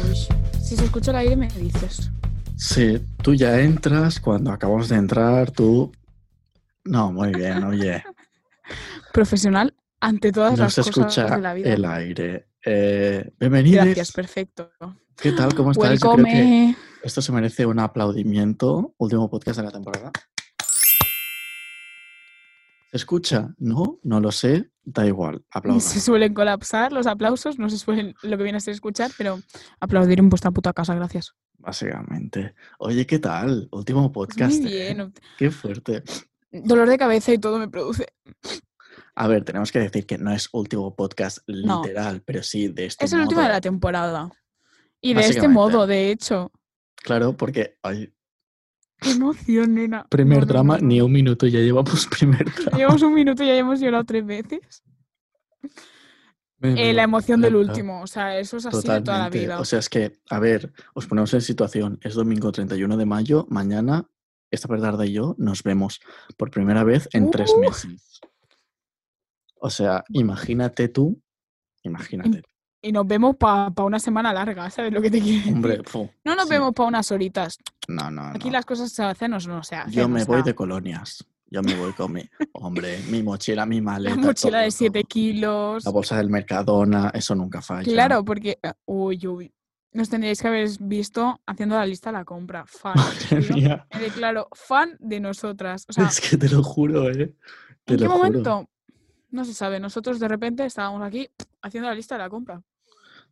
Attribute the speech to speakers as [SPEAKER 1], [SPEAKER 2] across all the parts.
[SPEAKER 1] Pues, escucho el aire me dices.
[SPEAKER 2] Sí, tú ya entras, cuando acabamos de entrar, tú... No, muy bien, oye.
[SPEAKER 1] Profesional ante todas
[SPEAKER 2] No se
[SPEAKER 1] las cosas
[SPEAKER 2] escucha
[SPEAKER 1] de la vida.
[SPEAKER 2] el aire. Eh, bienvenidos.
[SPEAKER 1] Gracias, perfecto.
[SPEAKER 2] ¿Qué tal? ¿Cómo estáis? Yo creo que
[SPEAKER 1] Welcome.
[SPEAKER 2] esto se merece un aplaudimiento. Último podcast de la temporada. ¿Se escucha? No, no lo sé. Da igual.
[SPEAKER 1] Se
[SPEAKER 2] Aplausos.
[SPEAKER 1] suelen colapsar los aplausos, no se suelen lo que viene a ser escuchar, pero aplaudir en vuestra puta casa, gracias.
[SPEAKER 2] Básicamente. Oye, ¿qué tal? Último podcast.
[SPEAKER 1] Muy
[SPEAKER 2] ¿eh?
[SPEAKER 1] bien. ob-
[SPEAKER 2] Qué fuerte.
[SPEAKER 1] Dolor de cabeza y todo me produce.
[SPEAKER 2] A ver, tenemos que decir que no es último podcast
[SPEAKER 1] No.
[SPEAKER 2] literal, pero sí de este
[SPEAKER 1] Es el último de
[SPEAKER 2] modo.
[SPEAKER 1] la temporada. Y de este
[SPEAKER 2] Básicamente.
[SPEAKER 1] modo, de hecho.
[SPEAKER 2] Claro, porque hay
[SPEAKER 1] Qué emoción, nena.
[SPEAKER 2] primer
[SPEAKER 1] No, no,
[SPEAKER 2] drama,
[SPEAKER 1] no, no.
[SPEAKER 2] ni un minuto, ya llevamos primer drama.
[SPEAKER 1] Llevamos un minuto y ya hemos llorado tres veces. Eh, la emoción del
[SPEAKER 2] Total-
[SPEAKER 1] último, o sea, eso es así de toda la
[SPEAKER 2] Totalmente.
[SPEAKER 1] vida.
[SPEAKER 2] O sea, es que, a ver, os ponemos en situación. Es domingo 31 de mayo, mañana, esta Bernarda y yo nos vemos por primera vez en tres
[SPEAKER 1] Uh.
[SPEAKER 2] meses. O sea, imagínate tú, imagínate.
[SPEAKER 1] y nos vemos para una semana larga, ¿sabes lo que te quiero decir?
[SPEAKER 2] Hombre, fu,
[SPEAKER 1] no nos
[SPEAKER 2] sí.
[SPEAKER 1] vemos para unas horitas.
[SPEAKER 2] no, no,
[SPEAKER 1] Aquí
[SPEAKER 2] no.
[SPEAKER 1] las cosas se hacen o no se hacen.
[SPEAKER 2] Yo
[SPEAKER 1] o
[SPEAKER 2] me
[SPEAKER 1] sea,
[SPEAKER 2] voy de colonias. Yo me voy con mi, hombre, mi mochila, mi maleta.
[SPEAKER 1] La mochila
[SPEAKER 2] todo,
[SPEAKER 1] de 7
[SPEAKER 2] todo.
[SPEAKER 1] kilos.
[SPEAKER 2] La bolsa del Mercadona, eso nunca falla.
[SPEAKER 1] Claro, porque. eh, Uy, uy. Nos tendríais que haber visto haciendo la lista de la compra. Fan.
[SPEAKER 2] Madre
[SPEAKER 1] tío.
[SPEAKER 2] mía,
[SPEAKER 1] Me declaro fan de nosotras. O sea,
[SPEAKER 2] es que te lo juro, ¿eh? Te
[SPEAKER 1] ¿en qué
[SPEAKER 2] lo juro.
[SPEAKER 1] momento? No se sabe. Nosotros de repente estábamos aquí haciendo la lista de la compra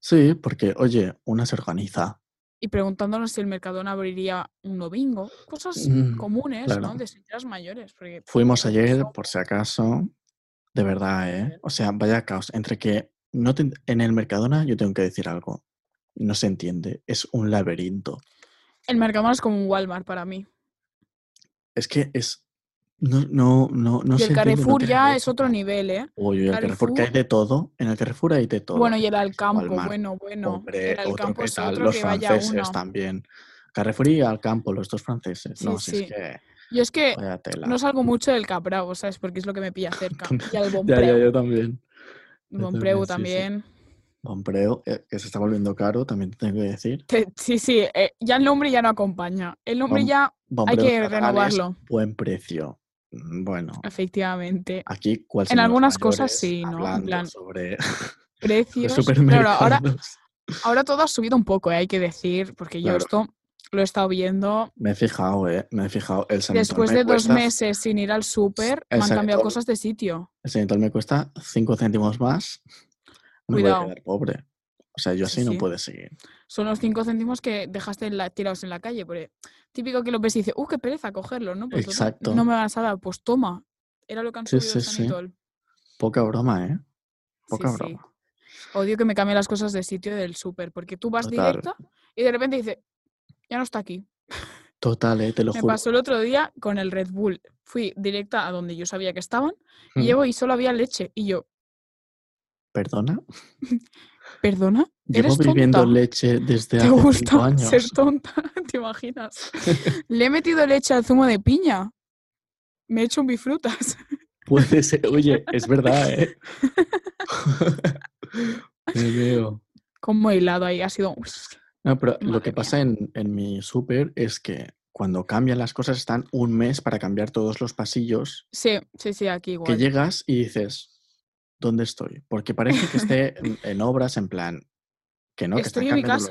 [SPEAKER 2] Sí, porque, oye, una se organiza.
[SPEAKER 1] y preguntándonos si el Mercadona abriría un domingo. Cosas
[SPEAKER 2] Mm,
[SPEAKER 1] comunes,
[SPEAKER 2] claro.
[SPEAKER 1] ¿no? De señoras mayores. Porque
[SPEAKER 2] Fuimos
[SPEAKER 1] Porque
[SPEAKER 2] ayer,
[SPEAKER 1] somos-
[SPEAKER 2] por si acaso. De verdad, ¿eh? O sea, vaya caos. Entre que no te- en el Mercadona yo tengo que decir algo. No se entiende. Es un laberinto.
[SPEAKER 1] el Mercadona es como un Walmart para mí.
[SPEAKER 2] Es que es... No, no, no, no
[SPEAKER 1] y
[SPEAKER 2] se
[SPEAKER 1] el
[SPEAKER 2] entiende, no
[SPEAKER 1] Carrefour
[SPEAKER 2] tiene
[SPEAKER 1] ya es
[SPEAKER 2] lógica.
[SPEAKER 1] otro nivel, ¿eh?
[SPEAKER 2] Uy, uy, el Carrefour, que hay
[SPEAKER 1] Carrefour.
[SPEAKER 2] de todo. En el Carrefour hay de todo.
[SPEAKER 1] Bueno, y el Alcampo,
[SPEAKER 2] Walmart,
[SPEAKER 1] bueno, bueno.
[SPEAKER 2] Hombre,
[SPEAKER 1] el Alcampo
[SPEAKER 2] otro que
[SPEAKER 1] es
[SPEAKER 2] tal,
[SPEAKER 1] otro
[SPEAKER 2] los
[SPEAKER 1] que vaya
[SPEAKER 2] franceses
[SPEAKER 1] uno.
[SPEAKER 2] también. Carrefour y Alcampo, los dos franceses.
[SPEAKER 1] Sí,
[SPEAKER 2] no, si
[SPEAKER 1] sí. Eh,
[SPEAKER 2] es que...
[SPEAKER 1] Yo es que
[SPEAKER 2] Vaya tela.
[SPEAKER 1] no salgo mucho del Capravo, ¿sabes? Porque es lo que me pilla cerca. Y al
[SPEAKER 2] Ya, ya,
[SPEAKER 1] Bonpreu.
[SPEAKER 2] yo también. yo
[SPEAKER 1] Bonpreu
[SPEAKER 2] también,
[SPEAKER 1] también.
[SPEAKER 2] Bombreo, eh, que se está volviendo caro, también te tengo que decir.
[SPEAKER 1] Te- Sí, sí, eh, ya el nombre ya no acompaña. El nombre
[SPEAKER 2] Bom-
[SPEAKER 1] ya hay
[SPEAKER 2] Bombreo
[SPEAKER 1] que
[SPEAKER 2] Zaragal es
[SPEAKER 1] renovarlo,
[SPEAKER 2] Buen precio. Mm, Bueno,
[SPEAKER 1] efectivamente.
[SPEAKER 2] aquí cual
[SPEAKER 1] En
[SPEAKER 2] señores
[SPEAKER 1] algunas cosas
[SPEAKER 2] mayores
[SPEAKER 1] sí, ¿no? En
[SPEAKER 2] hablando
[SPEAKER 1] plan,
[SPEAKER 2] sobre
[SPEAKER 1] Precios. Claro,
[SPEAKER 2] supermercados.
[SPEAKER 1] ahora, ahora todo ha subido un poco, eh, hay que decir, porque yo
[SPEAKER 2] Claro.
[SPEAKER 1] esto lo he estado viendo
[SPEAKER 2] Me he fijado, eh. Me he fijado. El sanitol
[SPEAKER 1] Después
[SPEAKER 2] me
[SPEAKER 1] de dos
[SPEAKER 2] cuesta-
[SPEAKER 1] meses sin ir al súper, me han
[SPEAKER 2] Exacto.
[SPEAKER 1] cambiado cosas de sitio.
[SPEAKER 2] El sanitol me cuesta 5 céntimos más. Me voy
[SPEAKER 1] Cuidado.
[SPEAKER 2] a quedar pobre. O sea, yo
[SPEAKER 1] Sí,
[SPEAKER 2] así no
[SPEAKER 1] sí.
[SPEAKER 2] puedo seguir.
[SPEAKER 1] Son los cinco céntimos que dejaste en la- tirados en la calle. Porque típico que lo ves y dices, ¡uh, qué pereza cogerlo! ¿no? Pues total,
[SPEAKER 2] Exacto.
[SPEAKER 1] no me vas a dar, pues toma. Era lo que han
[SPEAKER 2] Sí,
[SPEAKER 1] subido el
[SPEAKER 2] sí, sí.
[SPEAKER 1] Sanitol.
[SPEAKER 2] Poca broma, eh.
[SPEAKER 1] Sí,
[SPEAKER 2] Poca
[SPEAKER 1] sí.
[SPEAKER 2] broma.
[SPEAKER 1] Odio que me cambien las cosas de sitio del súper, porque tú vas
[SPEAKER 2] Total.
[SPEAKER 1] directa y de repente dices, ya no está aquí.
[SPEAKER 2] Total, eh, te lo
[SPEAKER 1] Me
[SPEAKER 2] juro.
[SPEAKER 1] pasó el otro día con el Red Bull. Fui directa a donde yo sabía que estaban
[SPEAKER 2] Mm.
[SPEAKER 1] y llevo y solo había leche. Y yo,
[SPEAKER 2] Perdona.
[SPEAKER 1] ¿perdona?
[SPEAKER 2] Llevo
[SPEAKER 1] ¿Eres
[SPEAKER 2] viviendo
[SPEAKER 1] tonta?
[SPEAKER 2] leche
[SPEAKER 1] ¿Te
[SPEAKER 2] desde hace cinco
[SPEAKER 1] gusta
[SPEAKER 2] años.
[SPEAKER 1] ser tonta? ¿Te imaginas? Le he metido leche al zumo de piña. Me he hecho un bifrutas.
[SPEAKER 2] Puede ser, oye, es verdad, ¿eh? Me veo.
[SPEAKER 1] Como hilado ahí, ha sido...
[SPEAKER 2] No, pero lo
[SPEAKER 1] Madre
[SPEAKER 2] que
[SPEAKER 1] mía.
[SPEAKER 2] pasa en, en mi súper es que cuando cambian las cosas están un mes para cambiar todos los pasillos
[SPEAKER 1] Sí, sí, sí, aquí
[SPEAKER 2] que
[SPEAKER 1] igual.
[SPEAKER 2] llegas y dices, ¿dónde estoy? Porque parece que esté en, en obras en plan, que no, que están
[SPEAKER 1] Estoy en mi
[SPEAKER 2] cambiando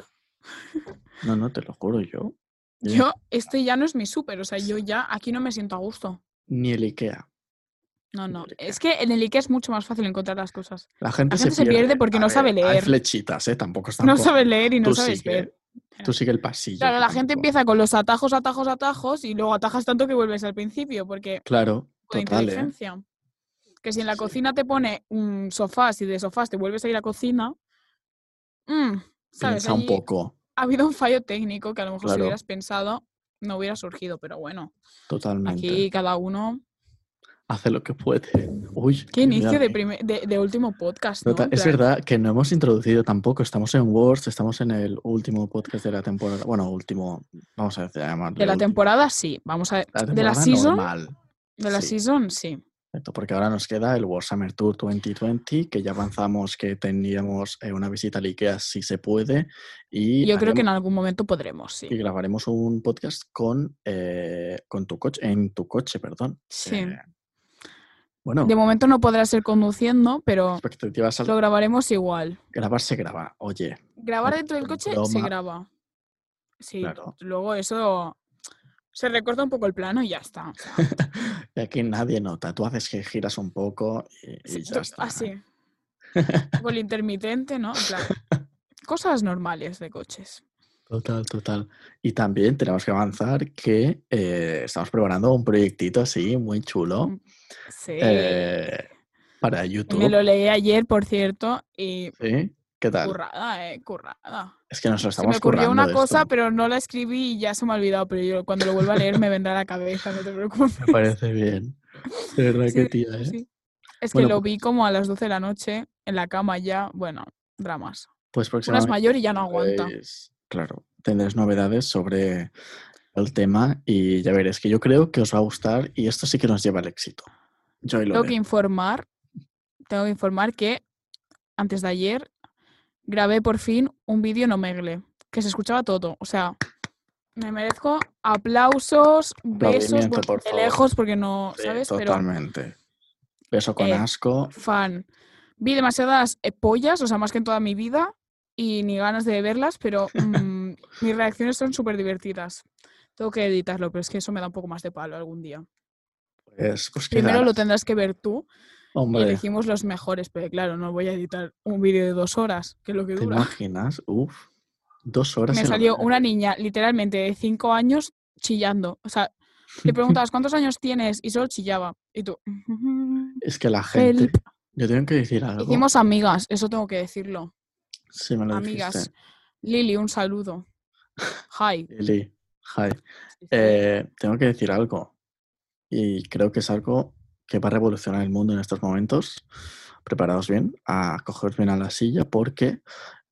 [SPEAKER 2] los- No, no, te lo juro yo. Yo
[SPEAKER 1] Yo, este ya no es mi súper, o sea, yo ya aquí no me siento a gusto.
[SPEAKER 2] Ni el Ikea.
[SPEAKER 1] No, no.
[SPEAKER 2] Hombre,
[SPEAKER 1] Es que en el Ikea es mucho más fácil encontrar las cosas.
[SPEAKER 2] La gente,
[SPEAKER 1] La gente se pierde porque no sabe
[SPEAKER 2] Hay
[SPEAKER 1] leer.
[SPEAKER 2] flechitas, ¿eh? Tampoco está
[SPEAKER 1] No sabes leer y no
[SPEAKER 2] Tú
[SPEAKER 1] sabes
[SPEAKER 2] sigue,
[SPEAKER 1] ver.
[SPEAKER 2] Tú sigue el pasillo.
[SPEAKER 1] Claro,
[SPEAKER 2] que
[SPEAKER 1] la gente
[SPEAKER 2] tampoco-
[SPEAKER 1] empieza con los atajos, atajos, atajos y luego atajas tanto que vuelves al principio porque
[SPEAKER 2] Claro,
[SPEAKER 1] de
[SPEAKER 2] total, ¿eh?
[SPEAKER 1] inteligencia. Que si en la
[SPEAKER 2] Sí.
[SPEAKER 1] cocina te pone un sofá, si de sofás te vuelves a ir a cocina, mm, ¿sabes?
[SPEAKER 2] Piensa un
[SPEAKER 1] Allí
[SPEAKER 2] poco,
[SPEAKER 1] Ha habido un fallo técnico que a lo mejor si
[SPEAKER 2] Claro.
[SPEAKER 1] hubieras pensado no hubiera surgido, pero bueno,
[SPEAKER 2] totalmente.
[SPEAKER 1] aquí cada uno.
[SPEAKER 2] Hace lo que puede. Uy,
[SPEAKER 1] Qué
[SPEAKER 2] mira
[SPEAKER 1] inicio de,
[SPEAKER 2] mí.
[SPEAKER 1] primer- de, de último podcast, ¿no?
[SPEAKER 2] Total-
[SPEAKER 1] En
[SPEAKER 2] es
[SPEAKER 1] plan,
[SPEAKER 2] verdad que no hemos introducido tampoco, estamos en Words, estamos en el último podcast de la temporada, bueno, último, vamos a llamarlo.
[SPEAKER 1] De la temporada sí, vamos a ver. De la season,
[SPEAKER 2] normal.
[SPEAKER 1] de la
[SPEAKER 2] sí.
[SPEAKER 1] season sí.
[SPEAKER 2] Exacto, porque ahora nos queda el World Summer Tour 2020, que ya avanzamos que teníamos eh, una visita al IKEA si se puede. Y
[SPEAKER 1] Yo creo que en
[SPEAKER 2] haremos-
[SPEAKER 1] algún momento podremos, sí.
[SPEAKER 2] Y grabaremos un podcast con, eh, con tu coche, en tu coche, perdón.
[SPEAKER 1] Sí.
[SPEAKER 2] Eh, bueno,
[SPEAKER 1] De momento no podrá ser conduciendo, pero
[SPEAKER 2] expectativas al
[SPEAKER 1] lo grabaremos igual.
[SPEAKER 2] grabar se graba. Oye,
[SPEAKER 1] Grabar
[SPEAKER 2] Pero
[SPEAKER 1] dentro del
[SPEAKER 2] con
[SPEAKER 1] coche se
[SPEAKER 2] broma.
[SPEAKER 1] graba. Sí,
[SPEAKER 2] Claro.
[SPEAKER 1] luego eso se recorta un poco el plano y ya está. o sea,
[SPEAKER 2] y aquí nadie nota. Tú haces que giras un poco y, y
[SPEAKER 1] sí,
[SPEAKER 2] ya
[SPEAKER 1] yo-
[SPEAKER 2] está.
[SPEAKER 1] así. Con el intermitente, ¿no? En plan, cosas normales de coches.
[SPEAKER 2] Total, total. Y también tenemos que avanzar que eh, estamos preparando un proyectito así muy chulo
[SPEAKER 1] Mm, Sí.
[SPEAKER 2] eh, para YouTube.
[SPEAKER 1] Me lo leí ayer, por cierto, y
[SPEAKER 2] ¿Sí? ¿Qué tal?
[SPEAKER 1] currada, eh, currada.
[SPEAKER 2] Es que nos lo
[SPEAKER 1] Se
[SPEAKER 2] estamos
[SPEAKER 1] me ocurrió
[SPEAKER 2] currando
[SPEAKER 1] una
[SPEAKER 2] esto.
[SPEAKER 1] cosa, pero no la escribí y ya se me ha olvidado, pero yo cuando lo vuelva a leer me vendrá a la cabeza, no te preocupes.
[SPEAKER 2] Me parece bien. De verdad
[SPEAKER 1] pues Sí,
[SPEAKER 2] que
[SPEAKER 1] de
[SPEAKER 2] tía, ¿eh?
[SPEAKER 1] Sí. Es que
[SPEAKER 2] Bueno,
[SPEAKER 1] lo
[SPEAKER 2] pues-
[SPEAKER 1] vi como a las 12 de la noche, en la cama ya, bueno, dramas. Una
[SPEAKER 2] Pues
[SPEAKER 1] es
[SPEAKER 2] próximamente
[SPEAKER 1] mayor y ya no aguanta.
[SPEAKER 2] tendréis- pues, claro, tendréis novedades sobre el tema y ya veréis que yo creo que os va a gustar y esto sí que nos lleva al éxito. Yo ahí lo
[SPEAKER 1] Tengo que
[SPEAKER 2] veo.
[SPEAKER 1] informar, tengo que informar que antes de ayer grabé por fin un vídeo en Omegle, que se escuchaba todo. O sea, me merezco aplausos, besos,
[SPEAKER 2] Aplaudimiento,
[SPEAKER 1] bueno,
[SPEAKER 2] por
[SPEAKER 1] de
[SPEAKER 2] favor.
[SPEAKER 1] lejos porque no,
[SPEAKER 2] Sí,
[SPEAKER 1] ¿sabes? Pero
[SPEAKER 2] totalmente. Beso con
[SPEAKER 1] Eh,
[SPEAKER 2] asco.
[SPEAKER 1] fan. Vi demasiadas eh, pollas, o sea, más que en toda mi vida, y ni ganas de verlas, pero mm, mis reacciones son súper divertidas. Tengo que editarlo, pero es que eso me da un poco más de palo algún día.
[SPEAKER 2] Pues, pues
[SPEAKER 1] Primero
[SPEAKER 2] queda,
[SPEAKER 1] lo tendrás que ver tú y
[SPEAKER 2] hombre,
[SPEAKER 1] elegimos los mejores, pero claro, no voy a editar un vídeo de dos horas, que es lo que
[SPEAKER 2] ¿te
[SPEAKER 1] dura.
[SPEAKER 2] imaginas? Uf, dos horas
[SPEAKER 1] Me
[SPEAKER 2] en
[SPEAKER 1] salió
[SPEAKER 2] Omegle.
[SPEAKER 1] una niña literalmente de cinco años chillando. O sea, le preguntabas cuántos años tienes y solo chillaba. Y tú.
[SPEAKER 2] Es que la gente.
[SPEAKER 1] Help.
[SPEAKER 2] Yo tengo que decir algo.
[SPEAKER 1] Hicimos amigas, eso tengo que decirlo.
[SPEAKER 2] si me lo
[SPEAKER 1] Amigas.
[SPEAKER 2] dijiste.
[SPEAKER 1] Lili, un saludo. Hi.
[SPEAKER 2] Lili, hi. Eh, tengo que decir algo. Y creo que es algo que va a revolucionar el mundo en estos momentos. Preparaos bien, a cogeros bien a la silla, porque,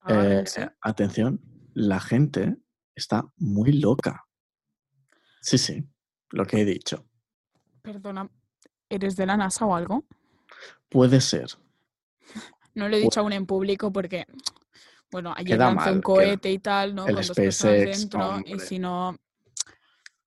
[SPEAKER 1] Agárrense.
[SPEAKER 2] eh, atención, la gente está muy loca. Sí, sí, lo que he dicho.
[SPEAKER 1] Perdona, ¿eres de la NASA o algo?
[SPEAKER 2] Puede ser.
[SPEAKER 1] No lo he dicho aún en público porque, bueno, ayer
[SPEAKER 2] Queda
[SPEAKER 1] lanzó un
[SPEAKER 2] mal,
[SPEAKER 1] cohete y tal, ¿no?
[SPEAKER 2] el
[SPEAKER 1] Con dos personas
[SPEAKER 2] SpaceX,
[SPEAKER 1] dentro
[SPEAKER 2] hombre.
[SPEAKER 1] y si no,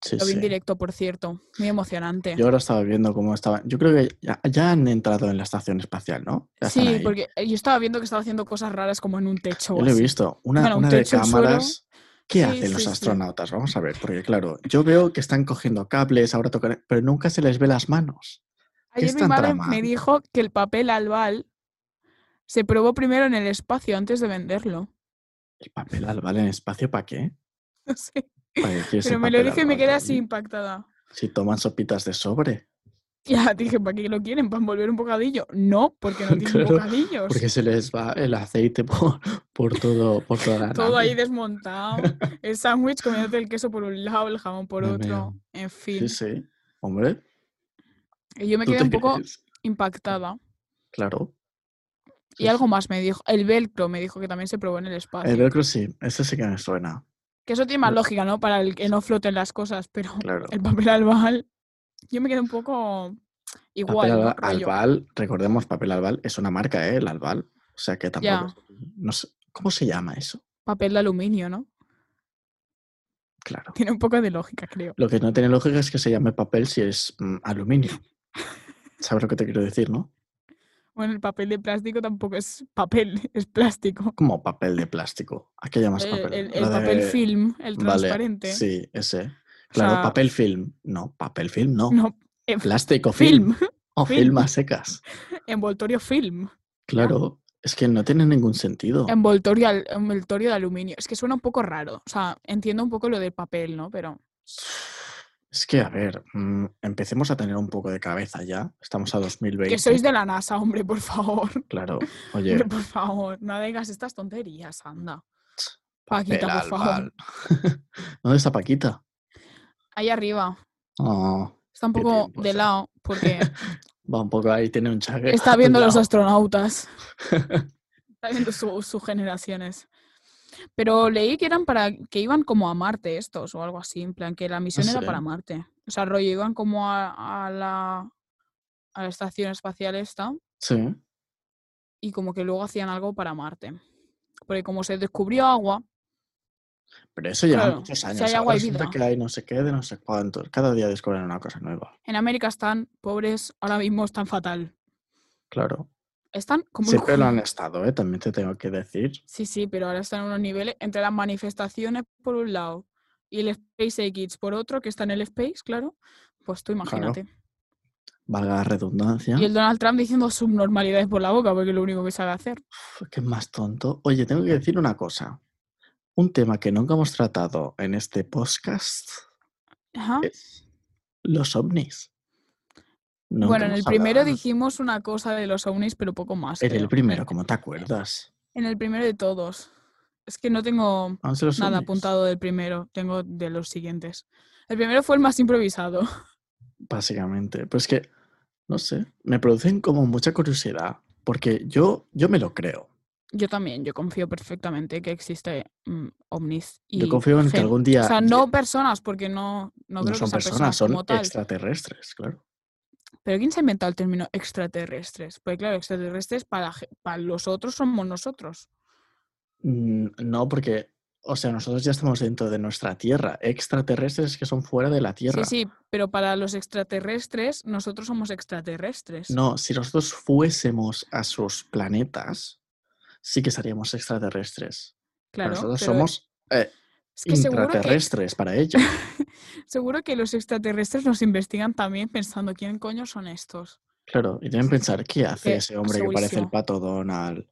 [SPEAKER 2] Sí,
[SPEAKER 1] lo vi en
[SPEAKER 2] sí.
[SPEAKER 1] directo, por cierto. Muy emocionante.
[SPEAKER 2] Yo ahora estaba viendo cómo estaba. Yo creo que ya, ya han entrado en la estación espacial, ¿no? Ya están
[SPEAKER 1] Sí,
[SPEAKER 2] ahí.
[SPEAKER 1] porque eh, yo estaba viendo que estaba haciendo cosas raras como en un techo. o
[SPEAKER 2] Yo lo he
[SPEAKER 1] así.
[SPEAKER 2] visto. Una,
[SPEAKER 1] Bueno, un
[SPEAKER 2] una de
[SPEAKER 1] techo al suelo.
[SPEAKER 2] cámaras. ¿Qué
[SPEAKER 1] Sí,
[SPEAKER 2] hacen
[SPEAKER 1] sí,
[SPEAKER 2] los
[SPEAKER 1] sí.
[SPEAKER 2] astronautas? Vamos a ver, porque claro, yo veo que están cogiendo cables, ahora tocan, pero nunca se les ve las manos.
[SPEAKER 1] Ayer
[SPEAKER 2] ¿Qué
[SPEAKER 1] mi
[SPEAKER 2] están
[SPEAKER 1] madre me
[SPEAKER 2] tramando?
[SPEAKER 1] dijo que el papel albal se probó primero en el espacio antes de venderlo.
[SPEAKER 2] ¿El papel albal en espacio para qué?
[SPEAKER 1] No sé.
[SPEAKER 2] ¿Para qué quieres
[SPEAKER 1] Pero
[SPEAKER 2] el
[SPEAKER 1] me lo
[SPEAKER 2] papel
[SPEAKER 1] dije y me
[SPEAKER 2] albal,
[SPEAKER 1] quedé
[SPEAKER 2] Dani?
[SPEAKER 1] así impactada.
[SPEAKER 2] Si toman sopitas de sobre,
[SPEAKER 1] Ya dije, ¿para qué lo quieren? ¿Para envolver un bocadillo? No, porque no tienen
[SPEAKER 2] Claro,
[SPEAKER 1] bocadillos.
[SPEAKER 2] porque se les va el aceite por, por todo, por toda la
[SPEAKER 1] Todo ahí
[SPEAKER 2] nave.
[SPEAKER 1] desmontado. El sándwich comiéndote el queso por un lado, el jamón por
[SPEAKER 2] Me
[SPEAKER 1] otro.
[SPEAKER 2] meo.
[SPEAKER 1] En fin.
[SPEAKER 2] Sí, sí. Hombre,
[SPEAKER 1] Y yo me
[SPEAKER 2] ¿tú
[SPEAKER 1] quedé
[SPEAKER 2] te
[SPEAKER 1] un poco
[SPEAKER 2] crees?
[SPEAKER 1] impactada.
[SPEAKER 2] Claro.
[SPEAKER 1] Y
[SPEAKER 2] sí,
[SPEAKER 1] algo
[SPEAKER 2] sí.
[SPEAKER 1] más me dijo. El velcro me dijo que también se probó en el espacio.
[SPEAKER 2] El velcro Pues, sí, ese sí que me suena.
[SPEAKER 1] Que eso tiene más
[SPEAKER 2] Ve-
[SPEAKER 1] lógica, ¿no? Para el que no floten las cosas, pero
[SPEAKER 2] Claro.
[SPEAKER 1] el papel albal. Yo me quedé un poco
[SPEAKER 2] Papel
[SPEAKER 1] igual, ¿no?
[SPEAKER 2] alba-
[SPEAKER 1] Rollo.
[SPEAKER 2] albal, recordemos, papel albal es una marca, ¿eh? El albal. O sea que tampoco.
[SPEAKER 1] Ya,
[SPEAKER 2] es- No sé, ¿Cómo se llama eso?
[SPEAKER 1] papel de aluminio, ¿no?
[SPEAKER 2] Claro.
[SPEAKER 1] Tiene un poco de lógica, creo.
[SPEAKER 2] Lo que no tiene lógica es que se llame papel si es mm, aluminio. ¿Sabes lo que te quiero decir, no?
[SPEAKER 1] Bueno, el papel de plástico tampoco es papel, es plástico.
[SPEAKER 2] Como papel de plástico. ¿A qué llamas
[SPEAKER 1] El,
[SPEAKER 2] papel?
[SPEAKER 1] el-
[SPEAKER 2] Lo
[SPEAKER 1] el papel
[SPEAKER 2] de-
[SPEAKER 1] film, el
[SPEAKER 2] Vale,
[SPEAKER 1] transparente.
[SPEAKER 2] sí, ese.
[SPEAKER 1] O
[SPEAKER 2] Claro,
[SPEAKER 1] sea,
[SPEAKER 2] papel film. No, papel film no.
[SPEAKER 1] no, eh,
[SPEAKER 2] Plástico
[SPEAKER 1] film,
[SPEAKER 2] film. O
[SPEAKER 1] Film.
[SPEAKER 2] film a secas.
[SPEAKER 1] envoltorio film,
[SPEAKER 2] Claro, es que no tiene ningún sentido.
[SPEAKER 1] envoltorio, al- envoltorio de aluminio. Es que suena un poco raro. O sea, entiendo un poco lo del papel, ¿no? Pero
[SPEAKER 2] Es que, a ver, mm, empecemos a tener un poco de cabeza ya. Estamos a 2020.
[SPEAKER 1] que sois de la NASA, hombre, por favor.
[SPEAKER 2] Claro, oye,
[SPEAKER 1] Hombre, por favor, no digas estas tonterías, anda. Paquita, por
[SPEAKER 2] papel
[SPEAKER 1] favor.
[SPEAKER 2] albal. ¿Dónde está Paquita?
[SPEAKER 1] Ahí arriba.
[SPEAKER 2] Oh,
[SPEAKER 1] Está un
[SPEAKER 2] Qué
[SPEAKER 1] poco
[SPEAKER 2] tiempos,
[SPEAKER 1] de
[SPEAKER 2] eh.
[SPEAKER 1] lado porque
[SPEAKER 2] va un poco ahí, tiene un chaque.
[SPEAKER 1] está viendo
[SPEAKER 2] al
[SPEAKER 1] los
[SPEAKER 2] lado.
[SPEAKER 1] astronautas. Está viendo su- sus generaciones. Pero leí que eran para que iban como a Marte estos o algo así, en plan que la misión era
[SPEAKER 2] sé.
[SPEAKER 1] para Marte. O sea, rollo iban como a, a la a la estación espacial esta
[SPEAKER 2] Sí.
[SPEAKER 1] y como que luego hacían algo para Marte. Porque como se descubrió agua,
[SPEAKER 2] Pero eso lleva
[SPEAKER 1] Claro,
[SPEAKER 2] muchos
[SPEAKER 1] si
[SPEAKER 2] años.
[SPEAKER 1] hay
[SPEAKER 2] Ahora
[SPEAKER 1] agua hay
[SPEAKER 2] resulta
[SPEAKER 1] vida.
[SPEAKER 2] que hay no sé qué de no sé cuántos. Cada día descubren una cosa nueva.
[SPEAKER 1] en América están pobres, ahora mismo están fatal.
[SPEAKER 2] Claro.
[SPEAKER 1] Están como... el
[SPEAKER 2] Siempre
[SPEAKER 1] culo.
[SPEAKER 2] lo han estado, ¿eh? También te tengo que decir.
[SPEAKER 1] Sí, sí, pero ahora están en unos niveles entre las manifestaciones por un lado y el SpaceX por otro, que está en el Space, claro. Pues tú imagínate.
[SPEAKER 2] Valga la redundancia.
[SPEAKER 1] Y el Donald Trump diciendo subnormalidades por la boca, porque es lo único que sabe hacer.
[SPEAKER 2] Uf, qué más tonto. Oye, tengo que decir una cosa. Un tema que nunca hemos tratado en este podcast
[SPEAKER 1] Ajá.
[SPEAKER 2] es los ovnis. Nunca
[SPEAKER 1] bueno, en el
[SPEAKER 2] hemos
[SPEAKER 1] primero
[SPEAKER 2] hablado de los-
[SPEAKER 1] dijimos una cosa de los ovnis, pero poco más.
[SPEAKER 2] En
[SPEAKER 1] creo.
[SPEAKER 2] el primero, ¿cómo te acuerdas?
[SPEAKER 1] En el primero de todos. Es que no tengo
[SPEAKER 2] Vamos a los
[SPEAKER 1] nada
[SPEAKER 2] ovnis.
[SPEAKER 1] apuntado del primero, tengo de los siguientes. El primero fue el más improvisado.
[SPEAKER 2] Básicamente. Pues que, no sé, me producen como mucha curiosidad. Porque yo, yo me lo creo.
[SPEAKER 1] Yo también, yo confío perfectamente que existe mm, ovnis. Y
[SPEAKER 2] Yo confío en que
[SPEAKER 1] gen-
[SPEAKER 2] algún día
[SPEAKER 1] O sea,
[SPEAKER 2] lle-
[SPEAKER 1] no personas, porque no, no
[SPEAKER 2] no
[SPEAKER 1] creo
[SPEAKER 2] son
[SPEAKER 1] que sean
[SPEAKER 2] personas,
[SPEAKER 1] personas,
[SPEAKER 2] son
[SPEAKER 1] como tal.
[SPEAKER 2] extraterrestres, claro.
[SPEAKER 1] Pero ¿quién se ha inventado el término extraterrestres? Porque claro, extraterrestres para, la ge- para los otros somos nosotros.
[SPEAKER 2] Mm, No, porque, o sea, nosotros ya estamos dentro de nuestra Tierra. Extraterrestres que son fuera de la Tierra.
[SPEAKER 1] Sí, sí, pero para los extraterrestres, nosotros somos extraterrestres.
[SPEAKER 2] No, si nosotros fuésemos a sus planetas, sí que seríamos extraterrestres. Pero
[SPEAKER 1] claro,
[SPEAKER 2] nosotros
[SPEAKER 1] pero
[SPEAKER 2] somos eh,
[SPEAKER 1] es que seguro que,
[SPEAKER 2] intraterrestres para ellos.
[SPEAKER 1] seguro que los extraterrestres nos investigan también pensando quién coño son estos.
[SPEAKER 2] Claro, y deben pensar, ¿qué hace
[SPEAKER 1] Que
[SPEAKER 2] ese hombre que
[SPEAKER 1] hace
[SPEAKER 2] parece el
[SPEAKER 1] juicio.
[SPEAKER 2] pato Donald?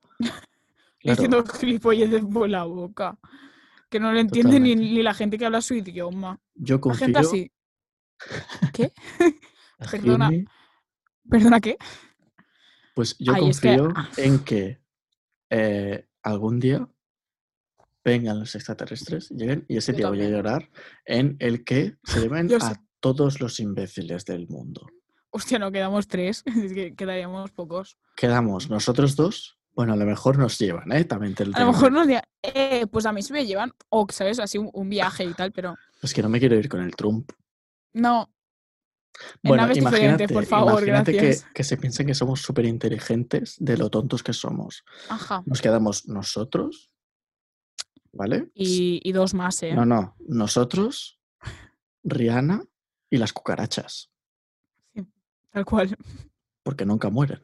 [SPEAKER 1] Diciendo gilipolleces por la boca. Que no lo entiende ni,
[SPEAKER 2] Totalmente.
[SPEAKER 1] ni la gente que habla su idioma.
[SPEAKER 2] yo
[SPEAKER 1] La gente
[SPEAKER 2] confío
[SPEAKER 1] así. ¿Qué?
[SPEAKER 2] a
[SPEAKER 1] perdona.
[SPEAKER 2] Hume,
[SPEAKER 1] ¿Perdona qué?
[SPEAKER 2] pues yo
[SPEAKER 1] Ay, es que- ah.
[SPEAKER 2] confío en que eh, algún día vengan los extraterrestres, lleguen, y ese
[SPEAKER 1] Yo
[SPEAKER 2] día voy a
[SPEAKER 1] también.
[SPEAKER 2] llorar, en el que se lleven
[SPEAKER 1] Yo
[SPEAKER 2] a
[SPEAKER 1] sé.
[SPEAKER 2] todos los imbéciles del mundo.
[SPEAKER 1] Hostia, no quedamos tres. Es que quedaríamos pocos.
[SPEAKER 2] Quedamos nosotros dos. Bueno, a lo mejor nos llevan, ¿eh? También te lo
[SPEAKER 1] A lo
[SPEAKER 2] digo.
[SPEAKER 1] mejor nos digan, eh, pues a mí sí me llevan, o sabes, así un, un viaje y tal, pero
[SPEAKER 2] Es que no me quiero ir con el Trump.
[SPEAKER 1] no, En
[SPEAKER 2] Bueno,
[SPEAKER 1] naves diferentes,
[SPEAKER 2] imagínate,
[SPEAKER 1] por favor,
[SPEAKER 2] imagínate que,
[SPEAKER 1] gracias.
[SPEAKER 2] que se piensen que somos súper inteligentes de lo tontos que somos.
[SPEAKER 1] ajá.
[SPEAKER 2] Nos quedamos nosotros, ¿vale?
[SPEAKER 1] Y, y dos más, ¿eh?
[SPEAKER 2] No, no, nosotros, Rihanna y las cucarachas,
[SPEAKER 1] Tal cual,
[SPEAKER 2] porque nunca mueren.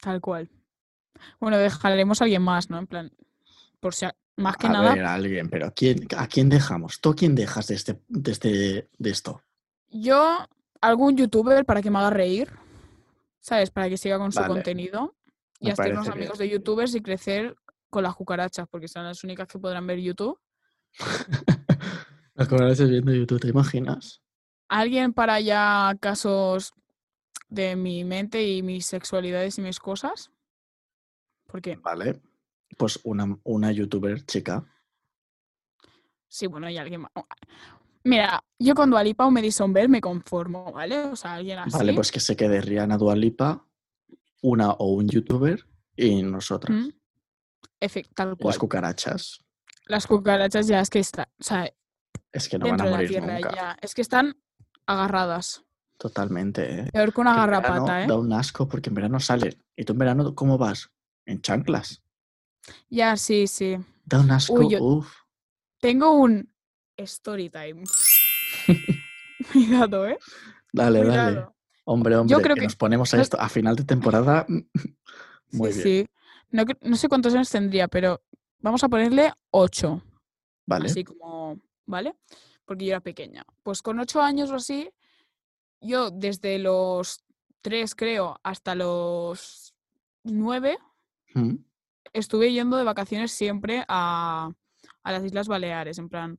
[SPEAKER 1] tal cual. Bueno, dejaremos a alguien más, ¿no? En plan, por si, a- más que
[SPEAKER 2] a
[SPEAKER 1] nada,
[SPEAKER 2] ver, alguien, pero ¿quién, ¿a quién dejamos? ¿Tú a quién dejas de, este, de, este- de esto?
[SPEAKER 1] yo, algún youtuber para que me haga reír, ¿sabes? Para que siga con su
[SPEAKER 2] Vale.
[SPEAKER 1] contenido y
[SPEAKER 2] Me
[SPEAKER 1] hacer unos
[SPEAKER 2] parece bien.
[SPEAKER 1] amigos de youtubers y crecer con las cucarachas, porque son las únicas que podrán ver YouTube.
[SPEAKER 2] Las cucarachas viendo YouTube, ¿te imaginas?
[SPEAKER 1] Alguien para ya casos de mi mente y mis sexualidades y mis cosas. Porque
[SPEAKER 2] Vale. Pues una, una youtuber chica.
[SPEAKER 1] Sí, bueno, y alguien más. Mira, yo con Dualipa o Madison Bell me conformo, ¿vale? O sea, alguien así.
[SPEAKER 2] Vale, pues que se quede Rihanna Dualipa, una o un youtuber y nosotras.
[SPEAKER 1] ¿Mm? Efe- tal cual.
[SPEAKER 2] Las
[SPEAKER 1] Las,
[SPEAKER 2] cucarachas.
[SPEAKER 1] cucarachas ya es que están, o sea,
[SPEAKER 2] Es que no van
[SPEAKER 1] dentro
[SPEAKER 2] a
[SPEAKER 1] de la
[SPEAKER 2] morir
[SPEAKER 1] tierra
[SPEAKER 2] nunca.
[SPEAKER 1] ya. Es que están agarradas.
[SPEAKER 2] Totalmente, ¿eh?
[SPEAKER 1] Peor que una
[SPEAKER 2] que en verano
[SPEAKER 1] garrapata, ¿eh?
[SPEAKER 2] Da un asco porque en verano salen. ¿Y tú en verano cómo vas? En chanclas.
[SPEAKER 1] Ya, sí, sí.
[SPEAKER 2] Da un asco.
[SPEAKER 1] yo-
[SPEAKER 2] Uf.
[SPEAKER 1] Tengo un story time. Cuidado, ¿eh?
[SPEAKER 2] Dale, dale.
[SPEAKER 1] Cuidado.
[SPEAKER 2] Hombre, hombre,
[SPEAKER 1] creo
[SPEAKER 2] que,
[SPEAKER 1] que-
[SPEAKER 2] nos ponemos a
[SPEAKER 1] no-
[SPEAKER 2] esto a final de temporada. mm, Muy
[SPEAKER 1] sí,
[SPEAKER 2] bien.
[SPEAKER 1] sí. No, cre- no sé cuántos años tendría, pero vamos a ponerle 8.
[SPEAKER 2] Vale.
[SPEAKER 1] así como, ¿vale? Porque yo era pequeña. Pues con ocho años o así, yo desde los tres, creo, hasta los nueve,
[SPEAKER 2] Mm,
[SPEAKER 1] estuve yendo de vacaciones siempre a, a las Islas Baleares, en plan,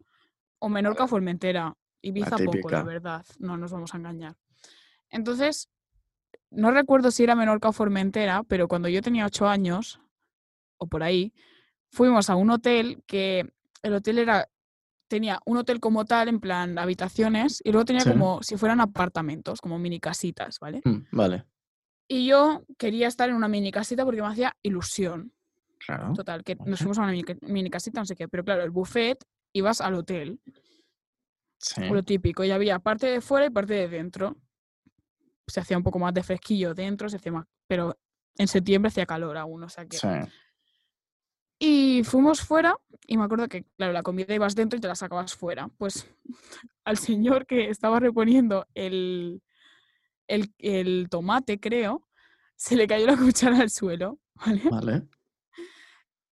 [SPEAKER 1] o Menorca o
[SPEAKER 2] Vale.
[SPEAKER 1] Formentera. Ibiza poco,
[SPEAKER 2] típica.
[SPEAKER 1] la verdad, no nos vamos a engañar. Entonces, no recuerdo si era Menorca o Formentera, pero cuando yo tenía ocho años, o por ahí, fuimos a un hotel que el hotel era tenía un hotel como tal, en plan habitaciones, y luego tenía
[SPEAKER 2] Sí.
[SPEAKER 1] como si fueran apartamentos, como mini casitas, ¿vale?
[SPEAKER 2] mm, Vale.
[SPEAKER 1] Y yo quería estar en una mini casita porque me hacía ilusión.
[SPEAKER 2] Claro.
[SPEAKER 1] Total, que
[SPEAKER 2] Vale.
[SPEAKER 1] nos fuimos a una mini, ca- mini casita, no sé qué, pero claro, el buffet ibas al hotel,
[SPEAKER 2] Sí.
[SPEAKER 1] lo típico, y había parte de fuera y parte de dentro. se hacía un poco más de fresquillo dentro, se hacía más, pero en septiembre hacía calor aún, o sea que...
[SPEAKER 2] Sí.
[SPEAKER 1] Y fuimos fuera y me acuerdo que, claro, la comida ibas dentro y te la sacabas fuera. Pues al señor que estaba reponiendo el, el, el tomate, creo, se le cayó la cuchara al suelo, ¿vale?
[SPEAKER 2] Vale.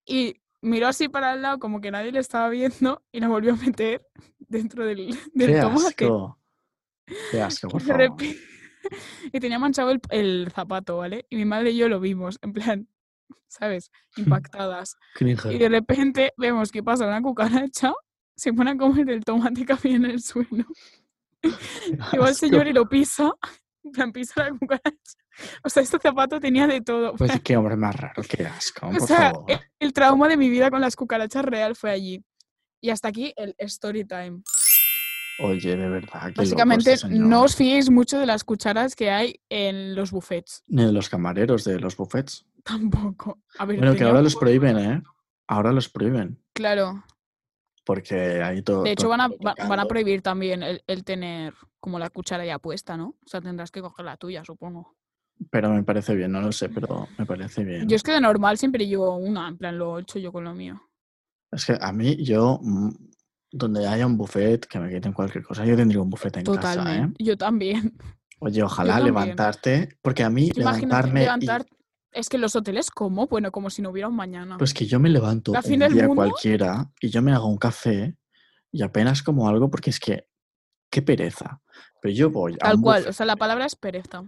[SPEAKER 1] Y miró así para el lado como que nadie le estaba viendo y la volvió a meter dentro del, del
[SPEAKER 2] Qué
[SPEAKER 1] tomate.
[SPEAKER 2] asco. Qué asco, por
[SPEAKER 1] Y de
[SPEAKER 2] favor.
[SPEAKER 1] repi- y tenía manchado el, el zapato, ¿vale? Y mi madre y yo lo vimos, en plan, ¿sabes? Impactadas.
[SPEAKER 2] Cringe.
[SPEAKER 1] Y de repente vemos que pasa una cucaracha, se pone a comer el tomate que había en el suelo. Y va el
[SPEAKER 2] Asco.
[SPEAKER 1] señor y lo pisa, en plan, pisa la cucaracha. O sea, este zapato tenía de todo.
[SPEAKER 2] Pues qué hombre más raro, qué asco,
[SPEAKER 1] O
[SPEAKER 2] por
[SPEAKER 1] sea, eh,
[SPEAKER 2] favor.
[SPEAKER 1] el, el trauma de mi vida con las cucarachas real fue allí. Y hasta aquí el story time.
[SPEAKER 2] Oye, de verdad, qué
[SPEAKER 1] Básicamente,
[SPEAKER 2] loco este señor.
[SPEAKER 1] no os fiéis mucho de las cucharas que hay en los buffets.
[SPEAKER 2] Ni de los camareros de los buffets.
[SPEAKER 1] Tampoco. A ver,
[SPEAKER 2] Bueno, que
[SPEAKER 1] tenía
[SPEAKER 2] ahora
[SPEAKER 1] un
[SPEAKER 2] los
[SPEAKER 1] poco-
[SPEAKER 2] prohíben, ¿eh? Ahora los prohíben.
[SPEAKER 1] Claro.
[SPEAKER 2] Porque ahí todo.
[SPEAKER 1] De hecho,
[SPEAKER 2] todo
[SPEAKER 1] van a,
[SPEAKER 2] el mundo
[SPEAKER 1] va- van a
[SPEAKER 2] tocando.
[SPEAKER 1] prohibir también el, el tener como la cuchara ya puesta, ¿no? O sea, tendrás que coger la tuya, supongo.
[SPEAKER 2] Pero me parece bien, no lo sé, pero me parece bien.
[SPEAKER 1] Yo es que de normal siempre llevo una, en plan, lo he hecho yo con lo mío.
[SPEAKER 2] Es que a mí, yo, mm, donde haya un buffet, que me quiten cualquier cosa, yo tendría un buffet en casa, ¿eh?
[SPEAKER 1] Totalmente. Yo también.
[SPEAKER 2] Oye, ojalá
[SPEAKER 1] también.
[SPEAKER 2] levantarte, porque a mí
[SPEAKER 1] Imagínate
[SPEAKER 2] levantarme. y-
[SPEAKER 1] levantar. Es que los hoteles, ¿cómo? Bueno, como si no hubiera un mañana.
[SPEAKER 2] Pues que yo me levanto
[SPEAKER 1] La
[SPEAKER 2] un
[SPEAKER 1] fin del
[SPEAKER 2] día
[SPEAKER 1] mundo.
[SPEAKER 2] cualquiera y yo me hago un café y apenas como algo porque es que qué pereza. Pero yo voy a
[SPEAKER 1] Tal
[SPEAKER 2] un
[SPEAKER 1] cual. O
[SPEAKER 2] buffet-
[SPEAKER 1] sea, la palabra es pereza.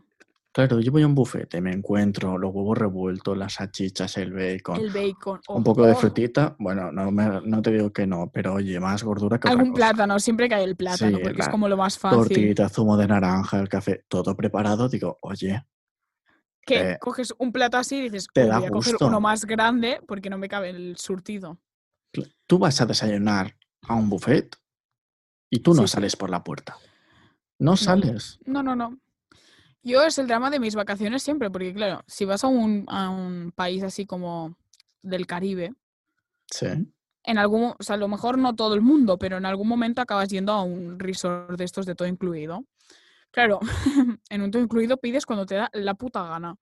[SPEAKER 2] claro, yo voy a un bufete, me encuentro los huevos revueltos, las salchichas, el bacon,
[SPEAKER 1] El bacon. oh,
[SPEAKER 2] un poco de
[SPEAKER 1] ojo.
[SPEAKER 2] frutita. Bueno, no, me- no te digo que no, pero oye, más gordura que otra
[SPEAKER 1] Algún
[SPEAKER 2] cosa.
[SPEAKER 1] plátano, siempre que hay el plátano,
[SPEAKER 2] Sí,
[SPEAKER 1] porque es
[SPEAKER 2] la
[SPEAKER 1] como lo más fácil.
[SPEAKER 2] Tortita, zumo de naranja, el café, todo preparado. Digo, oye,
[SPEAKER 1] que
[SPEAKER 2] Eh,
[SPEAKER 1] coges un plato así y dices,
[SPEAKER 2] te
[SPEAKER 1] "Uy,
[SPEAKER 2] da
[SPEAKER 1] voy a coger
[SPEAKER 2] gusto.
[SPEAKER 1] uno más grande porque no me cabe el surtido.
[SPEAKER 2] cl- tú vas a desayunar a un buffet y tú no
[SPEAKER 1] Sí, sí.
[SPEAKER 2] sales por la puerta. No sales.
[SPEAKER 1] No, no, no. Yo es el drama de mis vacaciones siempre, porque claro, si vas a un, a un país así como del Caribe,
[SPEAKER 2] Sí.
[SPEAKER 1] en algún, o sea, a lo mejor no todo el mundo, pero en algún momento acabas yendo a un resort de estos de todo incluido. Claro, en un todo incluido pides cuando te da la puta gana.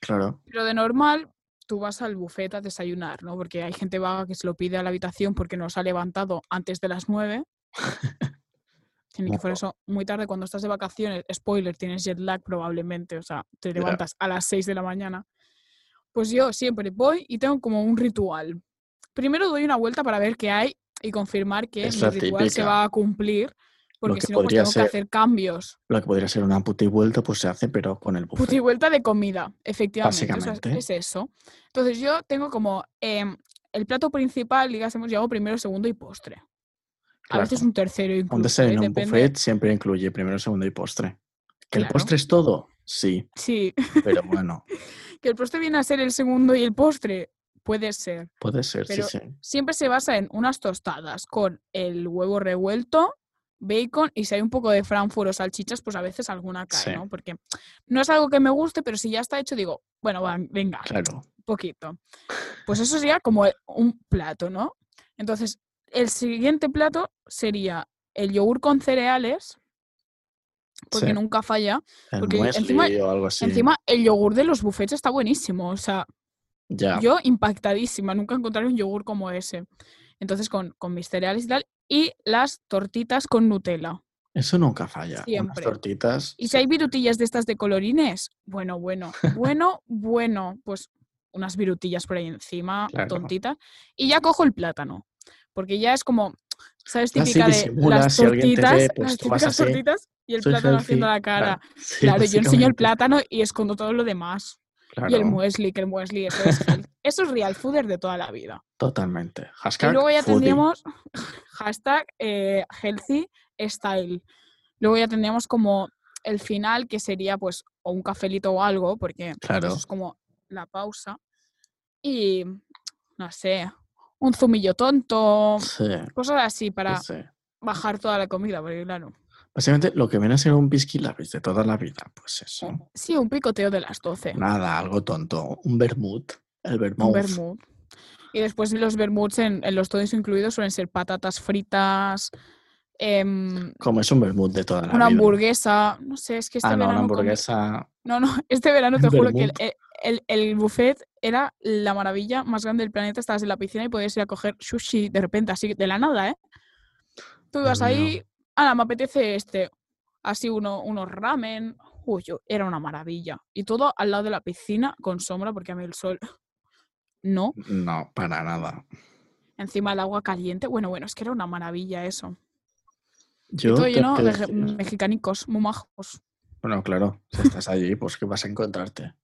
[SPEAKER 2] Claro,
[SPEAKER 1] Pero de normal, tú vas al buffet a desayunar, ¿no? Porque hay gente vaga que se lo pide a la habitación porque nos ha levantado antes de las 9. Tiene que fuera
[SPEAKER 2] Ojo.
[SPEAKER 1] eso muy tarde cuando estás de vacaciones. Spoiler, tienes jet lag probablemente, o sea, te
[SPEAKER 2] Ya.
[SPEAKER 1] levantas a las 6 de la mañana. Pues yo siempre voy y tengo como un ritual. Primero doy una vuelta para ver qué hay y confirmar que
[SPEAKER 2] Es
[SPEAKER 1] mi
[SPEAKER 2] la
[SPEAKER 1] ritual se
[SPEAKER 2] típica.
[SPEAKER 1] va a cumplir, porque
[SPEAKER 2] que
[SPEAKER 1] si no, pues
[SPEAKER 2] podría
[SPEAKER 1] tengo
[SPEAKER 2] ser-
[SPEAKER 1] que hacer cambios.
[SPEAKER 2] lo que podría ser una puta y vuelta, pues se hace, pero con el buffet.
[SPEAKER 1] Puta y vuelta de comida, efectivamente. o sea,
[SPEAKER 2] Básicamente.
[SPEAKER 1] es eso. Entonces yo tengo como em, el plato principal, digásemos, yo hago primero, segundo y postre. A
[SPEAKER 2] Claro.
[SPEAKER 1] veces un tercero incluso.
[SPEAKER 2] Un desayuno
[SPEAKER 1] ¿eh?
[SPEAKER 2] en un
[SPEAKER 1] Depende-
[SPEAKER 2] buffet siempre incluye primero, segundo y postre. ¿Que el
[SPEAKER 1] Claro.
[SPEAKER 2] postre es todo? Sí,
[SPEAKER 1] Sí,
[SPEAKER 2] pero bueno,
[SPEAKER 1] que el postre viene a ser el segundo y el postre puede ser.
[SPEAKER 2] puede ser,
[SPEAKER 1] Pero-
[SPEAKER 2] sí, sí.
[SPEAKER 1] Siempre se basa en unas tostadas con el huevo revuelto, bacon y si hay un poco de frankfurt o salchichas, pues a veces alguna cae,
[SPEAKER 2] Sí.
[SPEAKER 1] ¿no? Porque no es algo que me guste, pero si ya está hecho digo, bueno, va, venga,
[SPEAKER 2] Claro,
[SPEAKER 1] poquito. Pues eso sería como el- un plato, ¿no? Entonces, el siguiente plato sería el yogur con cereales, porque
[SPEAKER 2] Sí.
[SPEAKER 1] nunca falla.
[SPEAKER 2] el
[SPEAKER 1] porque
[SPEAKER 2] muesli
[SPEAKER 1] encima-
[SPEAKER 2] o algo así.
[SPEAKER 1] Encima, el yogur de los buffets está buenísimo. O sea,
[SPEAKER 2] ya,
[SPEAKER 1] yo impactadísima, nunca encontré un yogur como ese. Entonces, con, con mis cereales y tal, y las tortitas con Nutella.
[SPEAKER 2] eso nunca falla. Unas
[SPEAKER 1] siempre.
[SPEAKER 2] tortitas.
[SPEAKER 1] Y si
[SPEAKER 2] sí.
[SPEAKER 1] hay virutillas de estas de colorines, bueno, bueno, bueno, bueno, pues unas virutillas por ahí encima,
[SPEAKER 2] Claro.
[SPEAKER 1] tontitas. Y ya cojo el plátano, porque ya es como, ¿sabes?
[SPEAKER 2] Ya si
[SPEAKER 1] Típica de
[SPEAKER 2] disimulas,
[SPEAKER 1] las
[SPEAKER 2] si alguien te ve,
[SPEAKER 1] tortitas,
[SPEAKER 2] pues
[SPEAKER 1] las
[SPEAKER 2] tú vas
[SPEAKER 1] típicas
[SPEAKER 2] así,
[SPEAKER 1] tortitas y el
[SPEAKER 2] Soy
[SPEAKER 1] plátano haciendo
[SPEAKER 2] healthy,
[SPEAKER 1] la cara.
[SPEAKER 2] Claro, sí,
[SPEAKER 1] Claro, yo enseño el
[SPEAKER 2] básicamente,
[SPEAKER 1] plátano y escondo todo lo demás. Y el
[SPEAKER 2] claro,
[SPEAKER 1] muesli, que el muesli, eso es, health- eso es real fooder de toda la vida.
[SPEAKER 2] Totalmente.
[SPEAKER 1] Y
[SPEAKER 2] Hashtag
[SPEAKER 1] luego ya
[SPEAKER 2] foodie.
[SPEAKER 1] tendríamos hashtag eh, healthy style. Luego ya tendríamos como el final que sería pues o un cafelito o algo, porque
[SPEAKER 2] Claro.
[SPEAKER 1] eso es como la pausa. Y no sé, un zumillo tonto,
[SPEAKER 2] Sí,
[SPEAKER 1] cosas así para
[SPEAKER 2] sí.
[SPEAKER 1] bajar toda la comida, porque claro.
[SPEAKER 2] Básicamente lo que viene a ser un pisky lapis de toda la vida, pues eso.
[SPEAKER 1] Sí, un picoteo de las 12.
[SPEAKER 2] Nada, algo tonto. Un vermut. El vermouth.
[SPEAKER 1] Un vermut. Y después los vermuts en, en los todos incluidos suelen ser patatas fritas, em,
[SPEAKER 2] Como es un vermut de toda
[SPEAKER 1] una
[SPEAKER 2] la vida.
[SPEAKER 1] hamburguesa. No sé, es que este
[SPEAKER 2] ah, no,
[SPEAKER 1] verano.
[SPEAKER 2] una
[SPEAKER 1] comí-
[SPEAKER 2] hamburguesa.
[SPEAKER 1] No, no, este verano te juro que el,
[SPEAKER 2] Vermut.
[SPEAKER 1] el- el- el buffet era la maravilla más grande del planeta. Estabas en la piscina y podías ir a coger sushi de repente, así de la nada, ¿eh? Tú
[SPEAKER 2] Dios
[SPEAKER 1] ibas
[SPEAKER 2] mío.
[SPEAKER 1] ahí, ah, me apetece este. Así uno, unos ramen. Uy, yo- era una maravilla. Y todo al lado de la piscina con sombra, porque a mí el sol no.
[SPEAKER 2] No, para nada.
[SPEAKER 1] Encima el agua caliente. Bueno, bueno, es que era una maravilla eso.
[SPEAKER 2] Yo
[SPEAKER 1] todo
[SPEAKER 2] tengo
[SPEAKER 1] lleno
[SPEAKER 2] que
[SPEAKER 1] de
[SPEAKER 2] decir-
[SPEAKER 1] ge- mexicanicos, muy majos.
[SPEAKER 2] Bueno, claro, si estás allí, pues que vas a encontrarte.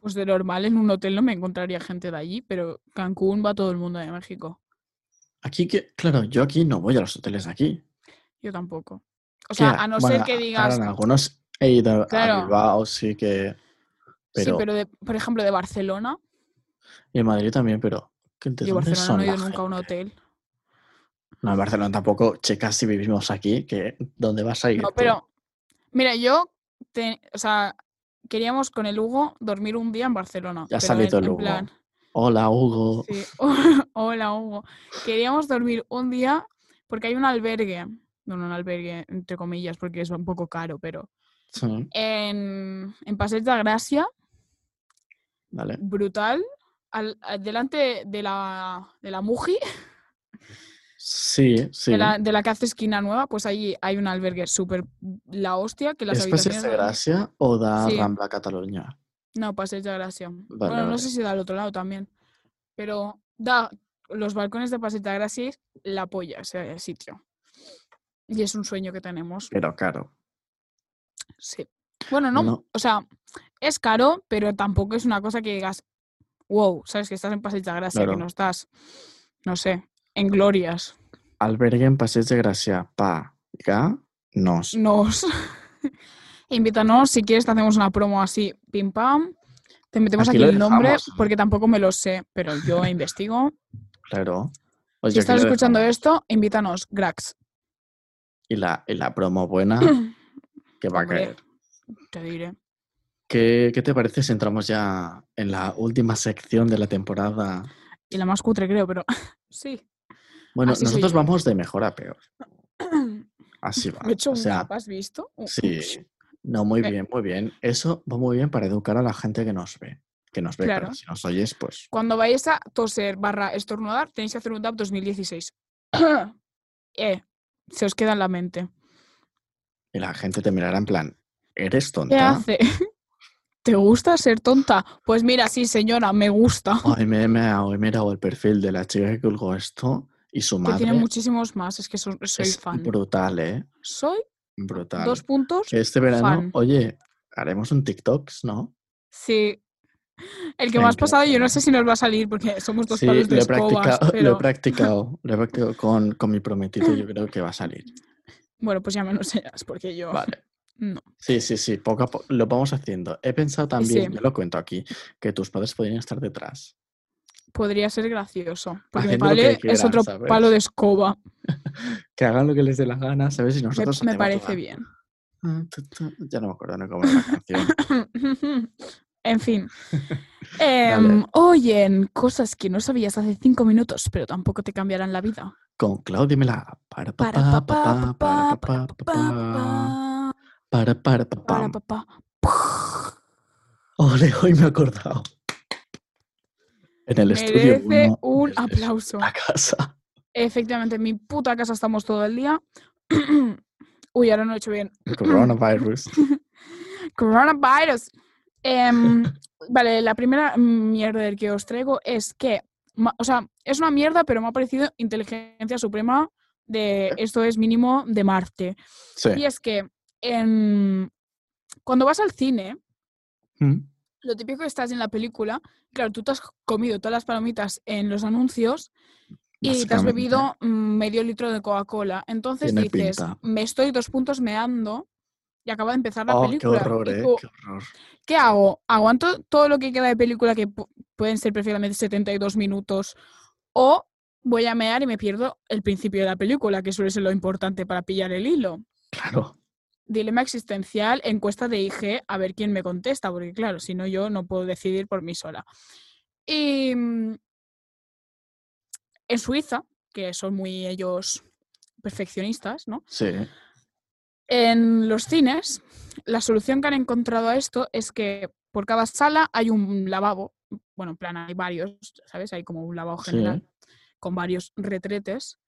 [SPEAKER 1] Pues de normal en un hotel no me encontraría gente de allí, pero Cancún va todo el mundo de México.
[SPEAKER 2] Aquí que, claro, yo aquí no voy a los hoteles aquí.
[SPEAKER 1] Yo tampoco. O
[SPEAKER 2] O
[SPEAKER 1] sea, a no ser que digas.
[SPEAKER 2] en algunos he ido
[SPEAKER 1] Claro.
[SPEAKER 2] a Bilbao, sí que.
[SPEAKER 1] sí,
[SPEAKER 2] Pero,
[SPEAKER 1] pero de- por ejemplo, de Barcelona.
[SPEAKER 2] Y en Madrid también, pero. ¿que ¿De
[SPEAKER 1] Yo a
[SPEAKER 2] dónde
[SPEAKER 1] Barcelona
[SPEAKER 2] son
[SPEAKER 1] no he
[SPEAKER 2] la
[SPEAKER 1] ido nunca a un
[SPEAKER 2] gente?
[SPEAKER 1] hotel.
[SPEAKER 2] No, en Barcelona tampoco, checas, si vivimos aquí, que ¿dónde vas a ir?
[SPEAKER 1] No,
[SPEAKER 2] tú?
[SPEAKER 1] pero. Mira, yo. te- o sea, queríamos con el Hugo dormir un día en Barcelona.
[SPEAKER 2] Ya ha
[SPEAKER 1] pero
[SPEAKER 2] salido
[SPEAKER 1] en-
[SPEAKER 2] el
[SPEAKER 1] en
[SPEAKER 2] Hugo. Oh.
[SPEAKER 1] plan-
[SPEAKER 2] Hola, Hugo.
[SPEAKER 1] sí. Hola, Hugo. Queríamos dormir un día porque hay un albergue. Bueno, un albergue, entre comillas, porque es un poco caro, pero.
[SPEAKER 2] Sí,
[SPEAKER 1] En, en Passeig de Gracia,
[SPEAKER 2] vale.
[SPEAKER 1] brutal. al- al- delante de la, de la Muji,
[SPEAKER 2] Sí, sí.
[SPEAKER 1] de, la, de la que hace esquina nueva, pues ahí hay un albergue súper la hostia que las
[SPEAKER 2] ¿Es Passeig
[SPEAKER 1] habitaciones...
[SPEAKER 2] de
[SPEAKER 1] son-
[SPEAKER 2] Gracia o da
[SPEAKER 1] Sí.
[SPEAKER 2] Rambla Cataluña?
[SPEAKER 1] No, Passeig de Gracia. bueno, no
[SPEAKER 2] vale.
[SPEAKER 1] sé si da al otro lado también. Pero da los balcones de Passeig de Gracia es la polla ese sitio. Y es un sueño que tenemos.
[SPEAKER 2] Pero claro.
[SPEAKER 1] Sí. Bueno, no,
[SPEAKER 2] No.
[SPEAKER 1] o sea, es caro, pero tampoco es una cosa que digas, wow, sabes que estás en Passeig de Gracia,
[SPEAKER 2] Claro.
[SPEAKER 1] que no estás, no sé, en glorias.
[SPEAKER 2] Albergue en Passeig de Gracia, pa, ga, nos.
[SPEAKER 1] Nos. Invítanos, si quieres, te hacemos una promo así, pim pam. Te metemos
[SPEAKER 2] Aquí
[SPEAKER 1] aquí,
[SPEAKER 2] lo
[SPEAKER 1] el nombre,
[SPEAKER 2] dejamos.
[SPEAKER 1] porque tampoco me lo sé, pero yo investigo.
[SPEAKER 2] Claro. Oye,
[SPEAKER 1] si
[SPEAKER 2] Pues aquí
[SPEAKER 1] estás
[SPEAKER 2] lo
[SPEAKER 1] escuchando
[SPEAKER 2] dejamos.
[SPEAKER 1] esto, invítanos, Grax.
[SPEAKER 2] Y la, y la promo buena que va a
[SPEAKER 1] Hombre.
[SPEAKER 2] caer.
[SPEAKER 1] Te diré.
[SPEAKER 2] ¿Qué, qué te parece si entramos ya en la última sección de la temporada?
[SPEAKER 1] Y la más cutre, creo, pero sí.
[SPEAKER 2] Bueno,
[SPEAKER 1] Así soy
[SPEAKER 2] nosotros
[SPEAKER 1] yo.
[SPEAKER 2] vamos de mejor a peor.
[SPEAKER 1] Me
[SPEAKER 2] Así va.
[SPEAKER 1] he hecho
[SPEAKER 2] o
[SPEAKER 1] un
[SPEAKER 2] sea,
[SPEAKER 1] mapa, ¿has visto? Un- ups.
[SPEAKER 2] sí. No, muy
[SPEAKER 1] Eh.
[SPEAKER 2] bien, muy bien. Eso va muy bien para educar a la gente que nos ve. Que nos ve, claro.
[SPEAKER 1] Claro.
[SPEAKER 2] Si nos oyes, pues.
[SPEAKER 1] Cuando vayáis a toser barra estornudar, tenéis que hacer un DAP 2016. eh, se os queda en la mente.
[SPEAKER 2] Y la gente te mirará en plan, ¿eres
[SPEAKER 1] ¿Qué
[SPEAKER 2] tonta?
[SPEAKER 1] hace? ¿Te gusta ser tonta? Pues mira, sí, señora, me gusta.
[SPEAKER 2] Hoy me, me ha- hoy me he mirado el perfil de la chica que colgó esto y su
[SPEAKER 1] Que
[SPEAKER 2] madre
[SPEAKER 1] tiene muchísimos más, es que so- soy
[SPEAKER 2] es
[SPEAKER 1] fan.
[SPEAKER 2] brutal, ¿eh?
[SPEAKER 1] Soy
[SPEAKER 2] Brutal.
[SPEAKER 1] dos puntos.
[SPEAKER 2] Que este verano,
[SPEAKER 1] fan.
[SPEAKER 2] oye, haremos un TikToks, ¿no?
[SPEAKER 1] Sí. El que
[SPEAKER 2] Me
[SPEAKER 1] más pasado, yo no
[SPEAKER 2] encanta.
[SPEAKER 1] sé si nos va a salir porque somos dos
[SPEAKER 2] Sí,
[SPEAKER 1] palos de
[SPEAKER 2] lo he,
[SPEAKER 1] escobas.
[SPEAKER 2] practicado, lo he
[SPEAKER 1] Pero
[SPEAKER 2] practicado, lo he practicado con, con mi prometido, yo creo que va a salir.
[SPEAKER 1] bueno, pues ya me lo enseñas porque yo.
[SPEAKER 2] Vale.
[SPEAKER 1] No.
[SPEAKER 2] Sí, sí, sí, poco a poco lo vamos haciendo. He pensado
[SPEAKER 1] Sí, sí.
[SPEAKER 2] también, yo lo cuento aquí, que tus padres podrían estar detrás.
[SPEAKER 1] Podría ser gracioso. Porque mi
[SPEAKER 2] Haciendo lo que
[SPEAKER 1] padre es
[SPEAKER 2] quieran,
[SPEAKER 1] otro
[SPEAKER 2] ¿sabes?
[SPEAKER 1] palo de escoba. Me-
[SPEAKER 2] Que hagan lo que les dé la gana, ¿sabes? Y nosotros
[SPEAKER 1] Me,
[SPEAKER 2] hacemos
[SPEAKER 1] parece
[SPEAKER 2] la-
[SPEAKER 1] bien.
[SPEAKER 2] Ah, tu, tu, Ya no me acuerdo ni cómo era la canción.
[SPEAKER 1] en fin. Em, oye, en cosas que no sabías hace cinco minutos, pero tampoco te cambiarán la vida.
[SPEAKER 2] Con Claudia Mela. Para
[SPEAKER 1] Para
[SPEAKER 2] papá,
[SPEAKER 1] papá,
[SPEAKER 2] papá, para papá,
[SPEAKER 1] papá,
[SPEAKER 2] papá.
[SPEAKER 1] papá,
[SPEAKER 2] Para para
[SPEAKER 1] para
[SPEAKER 2] papá.
[SPEAKER 1] papá.
[SPEAKER 2] Ole, hoy me he acordado. En el estudio
[SPEAKER 1] Merece
[SPEAKER 2] uno
[SPEAKER 1] un
[SPEAKER 2] desde su
[SPEAKER 1] aplauso.
[SPEAKER 2] puta casa.
[SPEAKER 1] Efectivamente, en mi puta casa estamos todo el día. Uy, ahora no he hecho bien.
[SPEAKER 2] Coronavirus.
[SPEAKER 1] Coronavirus. Em, vale, la primera mierda del que os traigo es que, ma- o sea, es una mierda, pero me ha parecido inteligencia suprema de esto es mínimo de Marte. Y
[SPEAKER 2] Sí.
[SPEAKER 1] es que en- cuando vas al cine,
[SPEAKER 2] Mm.
[SPEAKER 1] lo típico que estás en la película, claro, tú te has comido todas las palomitas en los anuncios y te has
[SPEAKER 2] Básicamente.
[SPEAKER 1] bebido mm, medio litro de Coca-Cola. Entonces
[SPEAKER 2] Tiene
[SPEAKER 1] dices,
[SPEAKER 2] pinta.
[SPEAKER 1] me estoy dos puntos meando y acaba de empezar la
[SPEAKER 2] Oh, qué
[SPEAKER 1] película.
[SPEAKER 2] horror,
[SPEAKER 1] y
[SPEAKER 2] eh.
[SPEAKER 1] tú,
[SPEAKER 2] Qué horror.
[SPEAKER 1] ¿Qué hago? ¿Aguanto todo lo que queda de película que pu- pueden ser perfectamente 72 minutos? ¿O voy a mear y me pierdo el principio de la película, que suele ser lo importante para pillar el hilo?
[SPEAKER 2] Claro.
[SPEAKER 1] Dilema existencial, encuesta de IG, a ver quién me contesta, porque claro, si no yo no puedo decidir por mí sola. Y mm, en Suiza, que son muy ellos perfeccionistas, ¿no?
[SPEAKER 2] Sí.
[SPEAKER 1] En los cines, la solución que han encontrado a esto es que por cada sala hay un lavabo. Bueno, en plan, hay varios, ¿sabes? Hay como un lavabo
[SPEAKER 2] Sí.
[SPEAKER 1] general con varios retretes.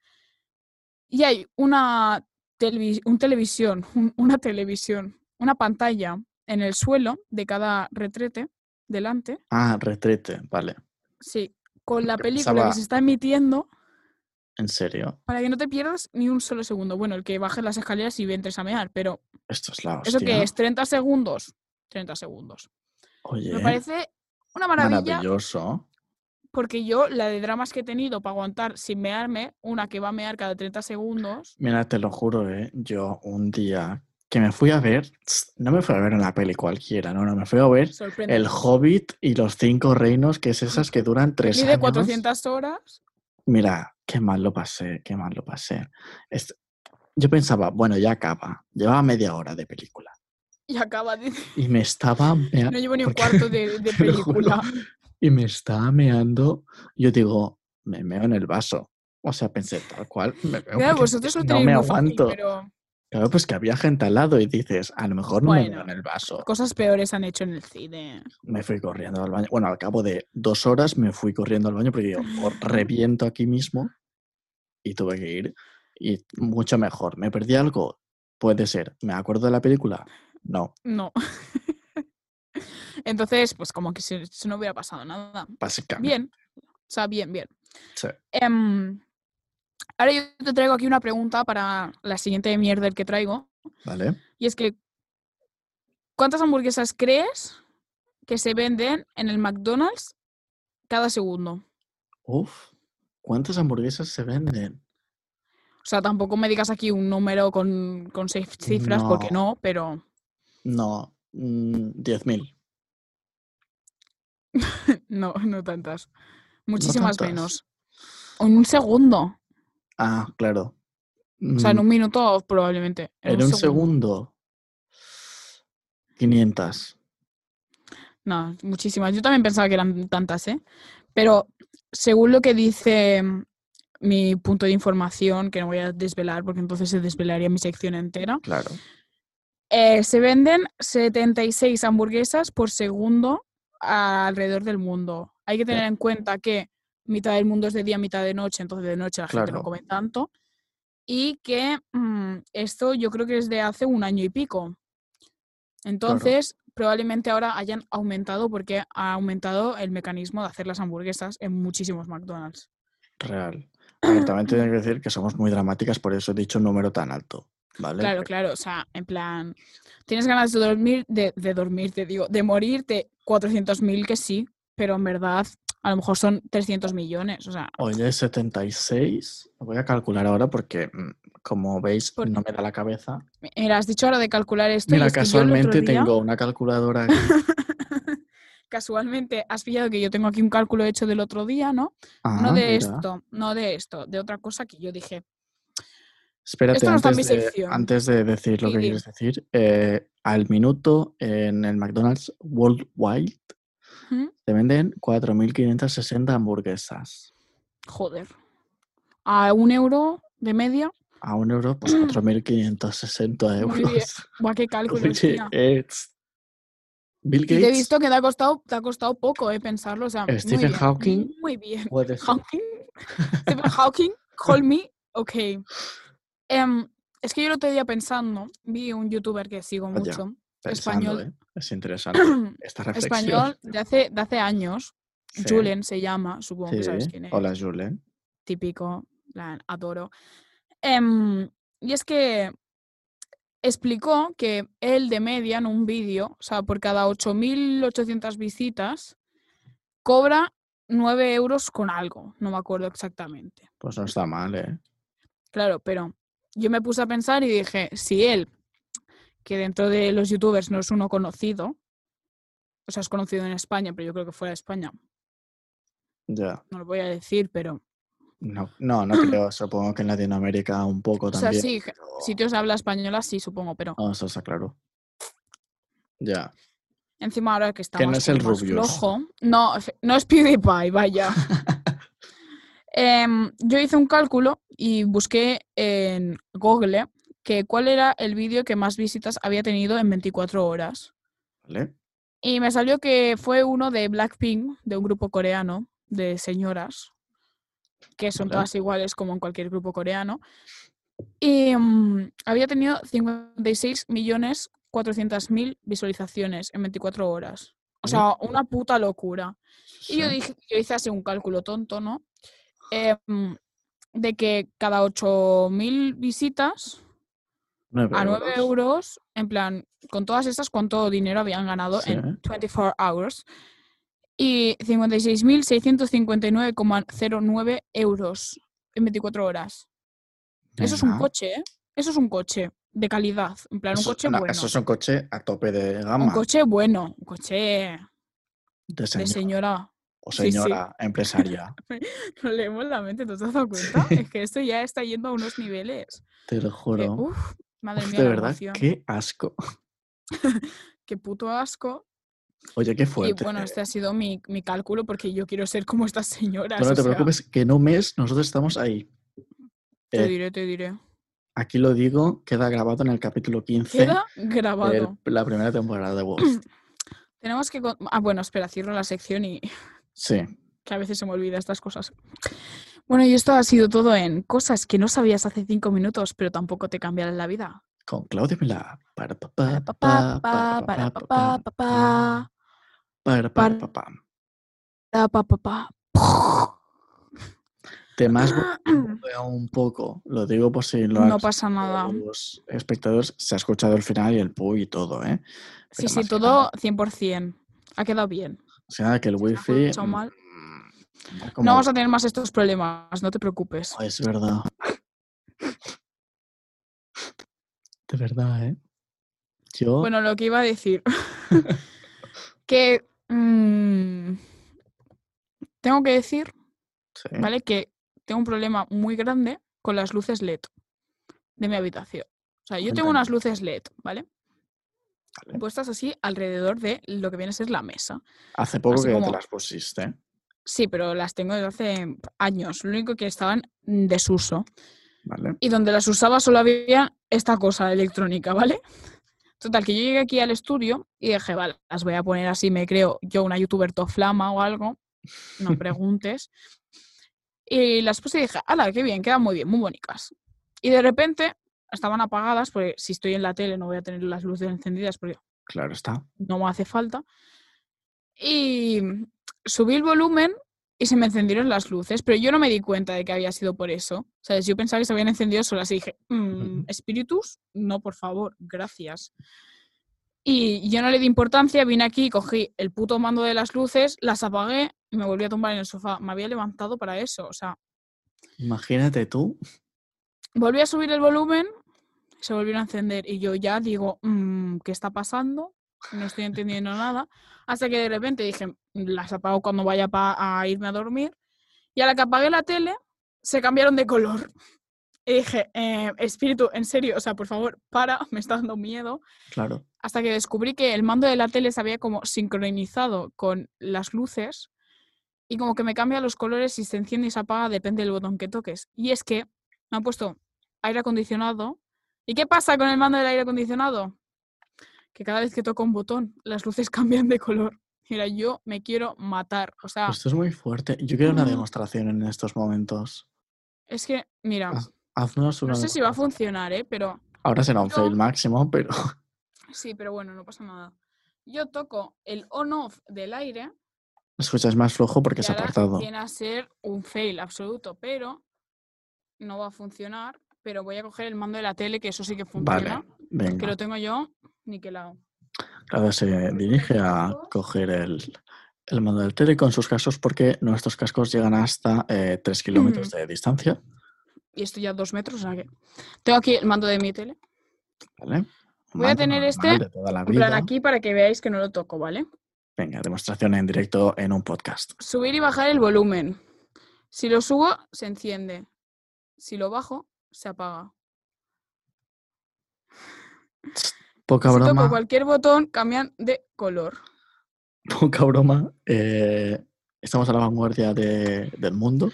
[SPEAKER 1] Y hay una, televi- un televisión, un- una televisión, una pantalla en el suelo de cada retrete delante.
[SPEAKER 2] Ah, retrete, vale.
[SPEAKER 1] Sí, con la
[SPEAKER 2] Yo
[SPEAKER 1] película
[SPEAKER 2] pensaba-
[SPEAKER 1] que se está emitiendo
[SPEAKER 2] En serio.
[SPEAKER 1] para que no te pierdas ni un solo segundo. Bueno, el que bajes las escaleras y entres a mear, pero
[SPEAKER 2] Esto es la
[SPEAKER 1] ¿eso
[SPEAKER 2] hostia.
[SPEAKER 1] que es? ¿30 segundos? 30 segundos.
[SPEAKER 2] Oye,
[SPEAKER 1] Me parece una maravilla
[SPEAKER 2] maravilloso.
[SPEAKER 1] porque yo la de dramas que he tenido para aguantar sin mearme, una que va a mear cada 30 segundos.
[SPEAKER 2] Mira, te lo juro, ¿eh? Yo un día que me fui a ver, no me fui a ver una peli cualquiera, no, no, me fui a ver
[SPEAKER 1] Sorprende.
[SPEAKER 2] El Hobbit y los Cinco Reinos, que es
[SPEAKER 1] Ah,
[SPEAKER 2] esas que duran tres
[SPEAKER 1] Ni de
[SPEAKER 2] años.
[SPEAKER 1] 400 horas.
[SPEAKER 2] Mira, qué mal lo pasé, qué mal lo pasé. Es- Yo pensaba, bueno, ya acaba. Llevaba media hora de película.
[SPEAKER 1] Y acaba de...
[SPEAKER 2] Y me estaba... mea-
[SPEAKER 1] No llevo ni un cuarto
[SPEAKER 2] porque-
[SPEAKER 1] de, de
[SPEAKER 2] te lo juro.
[SPEAKER 1] película.
[SPEAKER 2] Y me estaba meando. Yo digo, me meo en el vaso. O sea, pensé, tal cual, me meo
[SPEAKER 1] Mira,
[SPEAKER 2] porque
[SPEAKER 1] vosotros lo
[SPEAKER 2] no
[SPEAKER 1] tenéis
[SPEAKER 2] me
[SPEAKER 1] muy fácil,
[SPEAKER 2] aguanto.
[SPEAKER 1] pero
[SPEAKER 2] Claro, pues que había gente al lado y dices, a lo mejor no me meo
[SPEAKER 1] Bueno.
[SPEAKER 2] en el vaso.
[SPEAKER 1] cosas peores han hecho en el cine.
[SPEAKER 2] Me fui corriendo al baño. Bueno, al cabo de dos horas me fui corriendo al baño porque yo o
[SPEAKER 1] Ah.
[SPEAKER 2] reviento aquí mismo y tuve que ir. Y mucho mejor. ¿Me perdí algo? Puede ser. ¿Me acuerdo de la película? No.
[SPEAKER 1] No. Entonces, pues como que si, si no hubiera pasado nada.
[SPEAKER 2] Básicamente.
[SPEAKER 1] Bien. O sea, bien, bien.
[SPEAKER 2] Sí.
[SPEAKER 1] Em, ahora yo te traigo aquí una pregunta para la siguiente mierda que traigo.
[SPEAKER 2] ¿Vale?
[SPEAKER 1] Y es que, ¿cuántas hamburguesas crees que se venden en el McDonald's cada segundo?
[SPEAKER 2] Uf. ¿Cuántas hamburguesas se venden?
[SPEAKER 1] O sea, tampoco me digas aquí un número con, con seis cifras, porque no, pero
[SPEAKER 2] No. mm, 10.000.
[SPEAKER 1] no, no tantas. Muchísimas
[SPEAKER 2] tantas.
[SPEAKER 1] menos. En un segundo.
[SPEAKER 2] Ah, claro.
[SPEAKER 1] O sea, en
[SPEAKER 2] Mm,
[SPEAKER 1] un minuto probablemente.
[SPEAKER 2] en un segundo. 500.
[SPEAKER 1] No, muchísimas. Yo también pensaba que eran tantas, ¿eh? Pero según lo que dice mm, mi punto de información, que no voy a desvelar porque entonces se desvelaría mi sección entera,
[SPEAKER 2] Claro.
[SPEAKER 1] eh, se venden 76 hamburguesas por segundo alrededor del mundo. Hay que tener en cuenta que mitad del mundo es de día, mitad de noche, entonces de noche la gente
[SPEAKER 2] Claro.
[SPEAKER 1] no come tanto. Y que mm, esto yo creo que es de hace un año y pico. Entonces, probablemente ahora hayan aumentado porque ha aumentado el mecanismo de hacer las hamburguesas en muchísimos McDonald's.
[SPEAKER 2] Real. A ver, también tengo que decir que somos muy dramáticas, por eso he dicho un número tan alto, ¿vale?
[SPEAKER 1] Claro, claro, o sea, en plan, tienes ganas de dormir, de, de dormir, te digo, de morirte 400.000 que sí, pero en verdad a lo mejor son 300 millones, o sea,
[SPEAKER 2] Oye, 76. Lo voy a calcular ahora porque, mm, como veis,
[SPEAKER 1] Por-
[SPEAKER 2] no me da la cabeza.
[SPEAKER 1] mira, has dicho ahora de calcular esto y
[SPEAKER 2] Mira,
[SPEAKER 1] es que yo el otro
[SPEAKER 2] casualmente
[SPEAKER 1] día-
[SPEAKER 2] tengo una calculadora aquí.
[SPEAKER 1] casualmente has pillado que yo tengo aquí un cálculo hecho del otro día, ¿no?
[SPEAKER 2] Ah,
[SPEAKER 1] no de
[SPEAKER 2] mira.
[SPEAKER 1] esto, no de esto, de otra cosa que yo dije,
[SPEAKER 2] Espérate,
[SPEAKER 1] Esto no está en
[SPEAKER 2] antes,
[SPEAKER 1] mi
[SPEAKER 2] de,
[SPEAKER 1] sección.
[SPEAKER 2] antes de decir lo
[SPEAKER 1] Sí,
[SPEAKER 2] que
[SPEAKER 1] di.
[SPEAKER 2] quieres decir, eh, al minuto en el McDonald's Worldwide
[SPEAKER 1] "Ujú,
[SPEAKER 2] te venden 4.560 hamburguesas.
[SPEAKER 1] joder, a un euro de media,
[SPEAKER 2] A un euro, pues 4.560
[SPEAKER 1] Muy
[SPEAKER 2] euros.
[SPEAKER 1] bien. va, qué cálculo,
[SPEAKER 2] Oye,
[SPEAKER 1] hostia.
[SPEAKER 2] eh, tss. Bill
[SPEAKER 1] Y te he
[SPEAKER 2] Gates
[SPEAKER 1] visto que te ha costado, te ha costado poco eh, pensarlo, o sea, muy
[SPEAKER 2] Stephen
[SPEAKER 1] bien,
[SPEAKER 2] Hawking.
[SPEAKER 1] muy bien.
[SPEAKER 2] puede ser.
[SPEAKER 1] Hawking. Stephen Hawking, call me. Ok. Em, es que yo el otro día pensando, vi un youtuber que sigo
[SPEAKER 2] Vaya,
[SPEAKER 1] mucho,
[SPEAKER 2] Pensando,
[SPEAKER 1] español.
[SPEAKER 2] ¿eh? Es interesante esta reflexión.
[SPEAKER 1] español, de hace, de hace años.
[SPEAKER 2] Sí,
[SPEAKER 1] Julen se llama, supongo que sabes
[SPEAKER 2] sí.
[SPEAKER 1] quién es.
[SPEAKER 2] Hola, Julen.
[SPEAKER 1] Típico, la adoro. Em, y es que explicó que él de media en un vídeo, o sea, por cada 8.800 visitas, cobra 9 euros con algo, no me acuerdo exactamente.
[SPEAKER 2] Pues no está mal, ¿eh?
[SPEAKER 1] Claro, pero yo me puse a pensar y dije, si él, que dentro de los youtubers no es uno conocido, o sea, es conocido en España, pero yo creo que fuera de España,
[SPEAKER 2] Ya.
[SPEAKER 1] no lo voy a decir, pero
[SPEAKER 2] No, no, no creo. Supongo que en Latinoamérica un poco
[SPEAKER 1] O sea,
[SPEAKER 2] también.
[SPEAKER 1] sí,
[SPEAKER 2] pero-
[SPEAKER 1] sitios de habla española sí, supongo, pero
[SPEAKER 2] No, eso está claro. Ya.
[SPEAKER 1] encima ahora que está
[SPEAKER 2] Que no
[SPEAKER 1] más,
[SPEAKER 2] es el
[SPEAKER 1] como más
[SPEAKER 2] Rubius.
[SPEAKER 1] flojo, no, efe- no es PewDiePie, vaya. Em, yo hice un cálculo y busqué en Google que cuál era el vídeo que más visitas había tenido en 24 horas.
[SPEAKER 2] ¿Vale?
[SPEAKER 1] Y me salió que fue uno de Blackpink, de un grupo coreano, de señoras, que son
[SPEAKER 2] Vale.
[SPEAKER 1] todas iguales como en cualquier grupo coreano. Y mm, había tenido 56 millones 400 mil visualizaciones en 24 horas. O sea, una puta locura. Y yo,
[SPEAKER 2] Sí.
[SPEAKER 1] dije, yo hice así un cálculo tonto, ¿no? Em, de que cada 8.000 visitas
[SPEAKER 2] Nueve
[SPEAKER 1] a 9
[SPEAKER 2] euros.
[SPEAKER 1] euros, en plan, con todas estas, ¿cuánto dinero habían ganado
[SPEAKER 2] Sí, ¿eh?
[SPEAKER 1] en 24 hours? Y 56.659,09 euros en 24 horas. Eso es un
[SPEAKER 2] Nena.
[SPEAKER 1] coche, ¿eh? Eso es un coche de calidad, en plan,
[SPEAKER 2] Eso-
[SPEAKER 1] un coche
[SPEAKER 2] no,
[SPEAKER 1] bueno.
[SPEAKER 2] Eso es un coche a tope de
[SPEAKER 1] Un
[SPEAKER 2] gama.
[SPEAKER 1] coche bueno, un coche
[SPEAKER 2] De
[SPEAKER 1] de
[SPEAKER 2] señor
[SPEAKER 1] señora.
[SPEAKER 2] o
[SPEAKER 1] sí, sí.
[SPEAKER 2] señora empresaria.
[SPEAKER 1] Nos leemos la mente, ¿no te has dado cuenta? es que esto ya está yendo a unos niveles.
[SPEAKER 2] Te
[SPEAKER 1] que,
[SPEAKER 2] lo juro.
[SPEAKER 1] uf, Eh, madre
[SPEAKER 2] Uf,
[SPEAKER 1] mía,
[SPEAKER 2] de
[SPEAKER 1] la
[SPEAKER 2] verdad,
[SPEAKER 1] emoción.
[SPEAKER 2] qué asco.
[SPEAKER 1] Qué puto asco.
[SPEAKER 2] Oye, qué fuerte.
[SPEAKER 1] Y bueno,
[SPEAKER 2] eh.
[SPEAKER 1] este ha sido mi, mi cálculo porque yo quiero ser como estas señoras.
[SPEAKER 2] Tú no
[SPEAKER 1] o
[SPEAKER 2] te
[SPEAKER 1] sea,
[SPEAKER 2] preocupes, que en un mes nosotros estamos ahí.
[SPEAKER 1] Te
[SPEAKER 2] Eh,
[SPEAKER 1] diré, te diré.
[SPEAKER 2] Aquí lo digo, queda grabado en el capítulo 15 de
[SPEAKER 1] Queda grabado.
[SPEAKER 2] la primera temporada de Wolf.
[SPEAKER 1] Tenemos que... con- Ah, bueno, espera, cierro la sección y
[SPEAKER 2] Sí,
[SPEAKER 1] que a veces se me olvida estas cosas. Bueno, y esto ha sido todo en cosas que no sabías hace cinco minutos, pero tampoco te cambiarán la vida.
[SPEAKER 2] con Claudia Milá. Para pa
[SPEAKER 1] Para
[SPEAKER 2] pa
[SPEAKER 1] pa
[SPEAKER 2] pa
[SPEAKER 1] pa
[SPEAKER 2] pa
[SPEAKER 1] pa, para pa pa pa pa,
[SPEAKER 2] pa pa pam, pam, para pa
[SPEAKER 1] para-
[SPEAKER 2] pa pam.
[SPEAKER 1] para pa pa pa.
[SPEAKER 2] Te más bombea un poco, lo digo por si lo
[SPEAKER 1] No
[SPEAKER 2] han-
[SPEAKER 1] pasa nada.
[SPEAKER 2] los espectadores se ha escuchado el final y el pu y todo, ¿eh?
[SPEAKER 1] Sí,
[SPEAKER 2] Pero
[SPEAKER 1] sí,
[SPEAKER 2] más que
[SPEAKER 1] todo 100%. Ha quedado bien.
[SPEAKER 2] O sea, que el
[SPEAKER 1] ha
[SPEAKER 2] wifi.
[SPEAKER 1] escuchado mal.
[SPEAKER 2] mm, va
[SPEAKER 1] No
[SPEAKER 2] como-
[SPEAKER 1] vamos a tener más estos problemas, no te preocupes.
[SPEAKER 2] Es verdad. De verdad, ¿eh? Yo.
[SPEAKER 1] Bueno, lo que iba a decir. que. mm, tengo que decir,
[SPEAKER 2] sí,
[SPEAKER 1] ¿vale? Que tengo un problema muy grande con las luces LED de mi habitación. O sea, yo tengo
[SPEAKER 2] Cuéntame.
[SPEAKER 1] unas luces LED, ¿vale?
[SPEAKER 2] Vale.
[SPEAKER 1] Puestas así alrededor de lo que viene a ser la mesa.
[SPEAKER 2] Hace poco
[SPEAKER 1] así
[SPEAKER 2] que
[SPEAKER 1] pues como-
[SPEAKER 2] te las pusiste.
[SPEAKER 1] Sí, pero las tengo desde hace años. Lo único que estaban en desuso.
[SPEAKER 2] ¿Vale?
[SPEAKER 1] y donde las usaba solo había esta cosa electrónica, ¿vale? Total, que yo llegué aquí al estudio y dije, vale, las voy a poner así, me creo yo una youtuber toflama o algo, no preguntes. y las puse y dije, ala, qué bien, quedan muy bien, muy bonitas. Y de repente estaban apagadas, porque si estoy en la tele no voy a tener las luces encendidas porque
[SPEAKER 2] Claro está.
[SPEAKER 1] no me hace falta. Y mm, subí el volumen y se me encendieron las luces, pero yo no me di cuenta de que había sido por eso. ¿Sabes? Yo pensaba que se habían encendido solas y dije, "Mm,
[SPEAKER 2] Ujú.
[SPEAKER 1] espíritus, no, por favor, gracias. Y yo no le di importancia, vine aquí, cogí el puto mando de las luces, las apagué y me volví a tumbar en el sofá. Me había levantado para eso, o sea,
[SPEAKER 2] Imagínate tú.
[SPEAKER 1] volví a subir el volumen, se volvieron a encender y yo ya digo, "Mm, ¿qué está pasando? No estoy entendiendo nada. Hasta que de repente dije, las apago cuando vaya pa- a irme a dormir. Y a la que apagué la tele, se cambiaron de color. Y dije, "Eh, espíritu, en serio, o sea, por favor, para, me está dando miedo.
[SPEAKER 2] Claro.
[SPEAKER 1] Hasta que descubrí que el mando de la tele se había como sincronizado con las luces y como que me cambia los colores y se enciende y se apaga, depende del botón que toques. Y es que me han puesto aire acondicionado. ¿Y qué pasa con el mando del aire acondicionado? Que cada vez que toco un botón, las luces cambian de color. Mira, yo me quiero matar. O sea,
[SPEAKER 2] Esto es muy fuerte. Yo quiero una
[SPEAKER 1] Ah. Mm.
[SPEAKER 2] demostración en estos momentos.
[SPEAKER 1] es que, mira,
[SPEAKER 2] Ah, Haznos una.
[SPEAKER 1] no sé si va a
[SPEAKER 2] demostración.
[SPEAKER 1] funcionar, ¿eh? Pero
[SPEAKER 2] Ahora será un
[SPEAKER 1] Yo-
[SPEAKER 2] fail máximo, pero.
[SPEAKER 1] Sí, pero bueno, no pasa nada. Yo toco el on-off del aire,
[SPEAKER 2] Escuchas más flojo porque
[SPEAKER 1] y
[SPEAKER 2] se ha
[SPEAKER 1] ahora
[SPEAKER 2] cortado.
[SPEAKER 1] viene a ser un fail absoluto, pero no va a funcionar. Pero voy a coger el mando de la tele, que eso sí que funciona,
[SPEAKER 2] Vale.
[SPEAKER 1] que
[SPEAKER 2] Venga.
[SPEAKER 1] lo tengo yo niquelado.
[SPEAKER 2] Claudia se dirige a coger el, el mando del tele con sus cascos porque nuestros cascos llegan hasta 3 kilómetros de distancia.
[SPEAKER 1] Y estoy ya a dos metros, o sea que... Tengo aquí el mando de mi tele.
[SPEAKER 2] ¿vale? Un
[SPEAKER 1] Voy a
[SPEAKER 2] mando
[SPEAKER 1] tener
[SPEAKER 2] normal
[SPEAKER 1] este,
[SPEAKER 2] de toda la
[SPEAKER 1] En plan,
[SPEAKER 2] vida.
[SPEAKER 1] aquí para que veáis que no lo toco, ¿vale?
[SPEAKER 2] Venga, demostración en directo en un podcast.
[SPEAKER 1] Subir y bajar el volumen. Si lo subo, se enciende. Si lo bajo, se apaga.
[SPEAKER 2] Poca
[SPEAKER 1] Si toco
[SPEAKER 2] broma,
[SPEAKER 1] cualquier botón, cambian de color.
[SPEAKER 2] poca broma. eh, estamos a la vanguardia de- del mundo.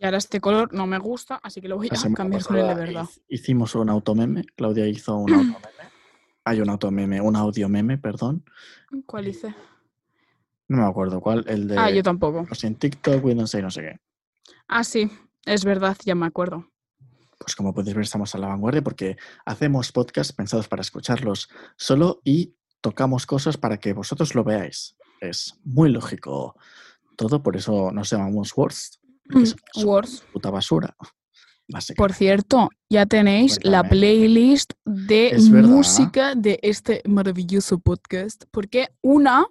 [SPEAKER 1] Y ahora este color no me gusta, así que lo voy
[SPEAKER 2] La
[SPEAKER 1] a
[SPEAKER 2] semana
[SPEAKER 1] cambiar con el de
[SPEAKER 2] pasada
[SPEAKER 1] verdad.
[SPEAKER 2] hic- Hicimos un automeme, Claudia hizo un automeme. Hay un automeme, un audio meme, perdón.
[SPEAKER 1] ¿Cuál hice?
[SPEAKER 2] Eh, No me acuerdo cuál, el de
[SPEAKER 1] Ah, yo tampoco.
[SPEAKER 2] pues, en TikTok, Windows 6, no sé qué.
[SPEAKER 1] Ah, sí, es verdad, ya me acuerdo.
[SPEAKER 2] Pues como podéis ver, estamos a la vanguardia porque hacemos podcasts pensados para escucharlos solo y tocamos cosas para que vosotros lo veáis. Es muy lógico todo, por eso nos llamamos Words. que es una
[SPEAKER 1] Pues, Words.
[SPEAKER 2] Puta basura. básicamente.
[SPEAKER 1] Mm, Por cierto, ya tenéis la
[SPEAKER 2] Cuéntame.
[SPEAKER 1] playlist de
[SPEAKER 2] Es verdad.
[SPEAKER 1] música de este maravilloso podcast, porque una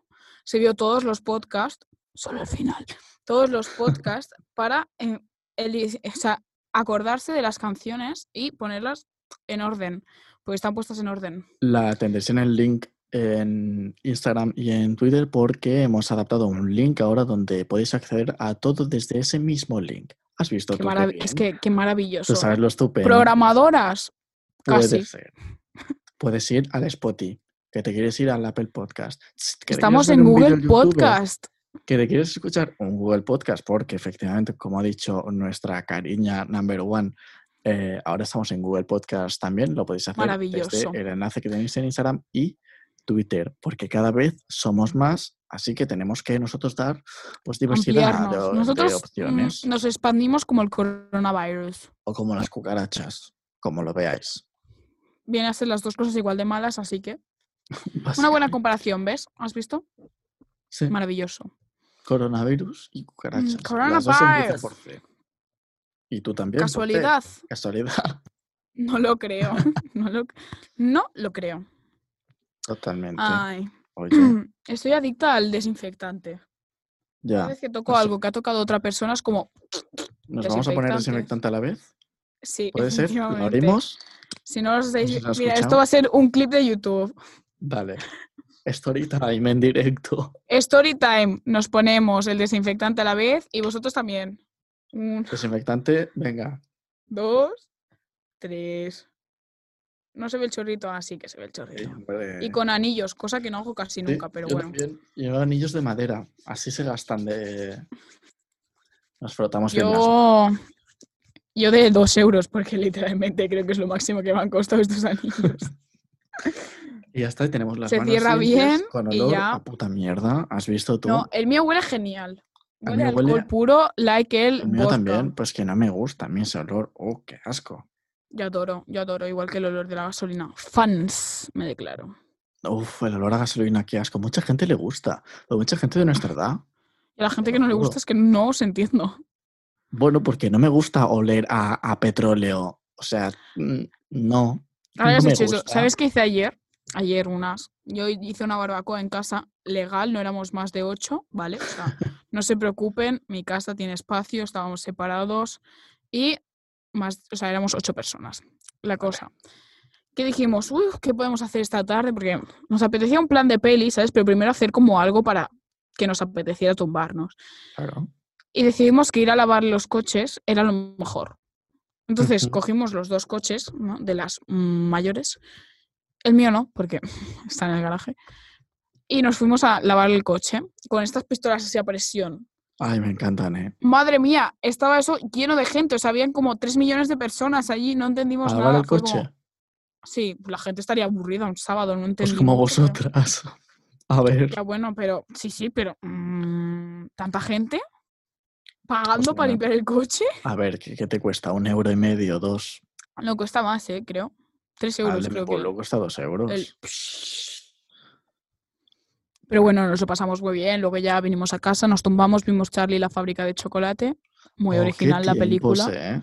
[SPEAKER 1] se vio todos los podcasts, solo al final, todos los podcasts para eh, eli- o sea, acordarse de las canciones y ponerlas en orden, porque están puestas en orden.
[SPEAKER 2] La tendréis en el link en Instagram y en Twitter porque hemos adaptado un link ahora donde podéis acceder a todo desde ese mismo link. ¿Has visto?
[SPEAKER 1] Qué
[SPEAKER 2] tú qué
[SPEAKER 1] marav- es
[SPEAKER 2] bien?
[SPEAKER 1] que qué maravilloso.
[SPEAKER 2] Tú sabes lo estupendo.
[SPEAKER 1] Programadoras,
[SPEAKER 2] Puedes
[SPEAKER 1] casi.
[SPEAKER 2] ser. Puedes ir al Spotify, que te quieres ir al Apple Podcast. tss, que te
[SPEAKER 1] Estamos
[SPEAKER 2] quieres ver
[SPEAKER 1] en
[SPEAKER 2] un vídeo
[SPEAKER 1] Google
[SPEAKER 2] en YouTube, ¿eh?
[SPEAKER 1] Podcast.
[SPEAKER 2] Que te quieres escuchar un Google Podcast porque efectivamente, como ha dicho nuestra cariña number one, eh, ahora estamos en Google Podcast también. Lo podéis hacer desde
[SPEAKER 1] Maravilloso.
[SPEAKER 2] el enlace que tenéis en Instagram y Twitter, porque cada vez somos más, así que tenemos que nosotros dar pues diversidad de,
[SPEAKER 1] ampliarnos.
[SPEAKER 2] de
[SPEAKER 1] Nosotros mm,
[SPEAKER 2] opciones
[SPEAKER 1] nos expandimos como el coronavirus.
[SPEAKER 2] o como las cucarachas, como lo veáis.
[SPEAKER 1] Viene a ser las dos cosas igual de malas, así que. Una buena comparación, ¿ves? ¿Has visto?
[SPEAKER 2] Sí.
[SPEAKER 1] Maravilloso.
[SPEAKER 2] Coronavirus
[SPEAKER 1] Mm,
[SPEAKER 2] y cucarachas.
[SPEAKER 1] coronavirus.
[SPEAKER 2] Las dos empiezan por C. Y tú también. por C.
[SPEAKER 1] ¿Casualidad?
[SPEAKER 2] Casualidad.
[SPEAKER 1] No lo creo. no, lo... no lo creo.
[SPEAKER 2] Totalmente.
[SPEAKER 1] Ay.
[SPEAKER 2] Oye,
[SPEAKER 1] Estoy adicta al desinfectante. Cada
[SPEAKER 2] ya.
[SPEAKER 1] vez que toco
[SPEAKER 2] no sé.
[SPEAKER 1] algo que ha tocado otra persona es como.
[SPEAKER 2] ¿Nos vamos a poner
[SPEAKER 1] Desinfectantes.
[SPEAKER 2] desinfectante a la vez?
[SPEAKER 1] Sí,
[SPEAKER 2] ¿Puede ser? ¿Lo
[SPEAKER 1] efectivamente.
[SPEAKER 2] abrimos?
[SPEAKER 1] Si no os dais.
[SPEAKER 2] No sé si lo has
[SPEAKER 1] Mira, esto
[SPEAKER 2] escuchado.
[SPEAKER 1] va a ser un clip de YouTube.
[SPEAKER 2] Vale. Story time en directo.
[SPEAKER 1] Story time. Nos ponemos el desinfectante a la vez y vosotros también. Mm. Un,
[SPEAKER 2] Desinfectante, venga.
[SPEAKER 1] dos, tres. No se ve el chorrito, así que se ve el
[SPEAKER 2] Ey,
[SPEAKER 1] chorrito.
[SPEAKER 2] hombre.
[SPEAKER 1] Y con anillos, cosa que no hago casi
[SPEAKER 2] Sí,
[SPEAKER 1] nunca, pero
[SPEAKER 2] yo
[SPEAKER 1] bueno.
[SPEAKER 2] también. Llevo anillos de madera. Así se gastan de. Nos frotamos bien las
[SPEAKER 1] Yo, yo de dos euros, porque literalmente creo que es lo máximo que me han costado estos anillos.
[SPEAKER 2] Y ya está, y tenemos las
[SPEAKER 1] Se
[SPEAKER 2] manos
[SPEAKER 1] cierra
[SPEAKER 2] limpias,
[SPEAKER 1] bien
[SPEAKER 2] con
[SPEAKER 1] y
[SPEAKER 2] olor
[SPEAKER 1] ya.
[SPEAKER 2] a puta mierda. ¿Has visto tú?
[SPEAKER 1] No, el mío huele genial.
[SPEAKER 2] A
[SPEAKER 1] Huele a
[SPEAKER 2] mí huele-
[SPEAKER 1] alcohol puro, like el,
[SPEAKER 2] el mío
[SPEAKER 1] vodka.
[SPEAKER 2] también, pues que no me gusta a mí ese olor. ¡Oh, qué asco!
[SPEAKER 1] Yo adoro, yo adoro, igual que el olor de la gasolina. Fans, me declaro.
[SPEAKER 2] Uf, el olor a gasolina, qué asco. Mucha gente le gusta, pero mucha gente de nuestra edad.
[SPEAKER 1] Y a la gente
[SPEAKER 2] lo
[SPEAKER 1] que no le
[SPEAKER 2] juro.
[SPEAKER 1] gusta es que no os entiendo.
[SPEAKER 2] Bueno, porque no me gusta oler a, a petróleo. O sea, mm, no.
[SPEAKER 1] Ahora que
[SPEAKER 2] No
[SPEAKER 1] has
[SPEAKER 2] me
[SPEAKER 1] dicho eso.
[SPEAKER 2] gusta.
[SPEAKER 1] ¿Sabes qué hice ayer? Ayer unas. Yo hice una barbacoa en casa legal, no éramos más de ocho, ¿vale? O sea, no se preocupen, mi casa tiene espacio, estábamos separados y más, o sea, éramos ocho personas. La cosa. Que dijimos, uy, ¿qué podemos hacer esta tarde? Porque nos apetecía un plan de peli, ¿sabes? Pero primero hacer como algo para que nos apeteciera tumbarnos.
[SPEAKER 2] Claro.
[SPEAKER 1] Y decidimos que ir a lavar los coches era lo mejor. Entonces
[SPEAKER 2] Ujú.
[SPEAKER 1] cogimos los dos coches ¿no? de las mm, mayores. El mío no, porque está en el garaje. Y nos fuimos a lavar el coche con estas pistolas así a presión.
[SPEAKER 2] Ay, me encantan, ¿eh?
[SPEAKER 1] Madre mía, estaba eso lleno de gente. O sea, habían como 3 millones de personas allí. No
[SPEAKER 2] A
[SPEAKER 1] entendimos
[SPEAKER 2] lavar
[SPEAKER 1] Pues nada.
[SPEAKER 2] el
[SPEAKER 1] fue
[SPEAKER 2] coche.
[SPEAKER 1] como- sí, la gente estaría aburrida un sábado. No
[SPEAKER 2] Pues
[SPEAKER 1] entendimos.
[SPEAKER 2] como
[SPEAKER 1] pero-
[SPEAKER 2] vosotras. A ver.
[SPEAKER 1] Ya bueno, pero sí, sí, pero mm, tanta gente pagando
[SPEAKER 2] Pues
[SPEAKER 1] para
[SPEAKER 2] no.
[SPEAKER 1] limpiar el coche.
[SPEAKER 2] A ver, ¿qué, qué te cuesta? ¿Un euro y medio? ¿Dos? Ah,
[SPEAKER 1] No cuesta más, eh, creo. Tres
[SPEAKER 2] Al
[SPEAKER 1] euros,
[SPEAKER 2] de mi
[SPEAKER 1] creo que.
[SPEAKER 2] pueblo cuesta dos euros.
[SPEAKER 1] el- Pero bueno, nos lo pasamos muy bien. Luego ya vinimos a casa, nos tumbamos, vimos Charlie y la fábrica de chocolate. Muy
[SPEAKER 2] Oh, qué
[SPEAKER 1] original la
[SPEAKER 2] tiempos,
[SPEAKER 1] película. Mm.
[SPEAKER 2] ¿eh?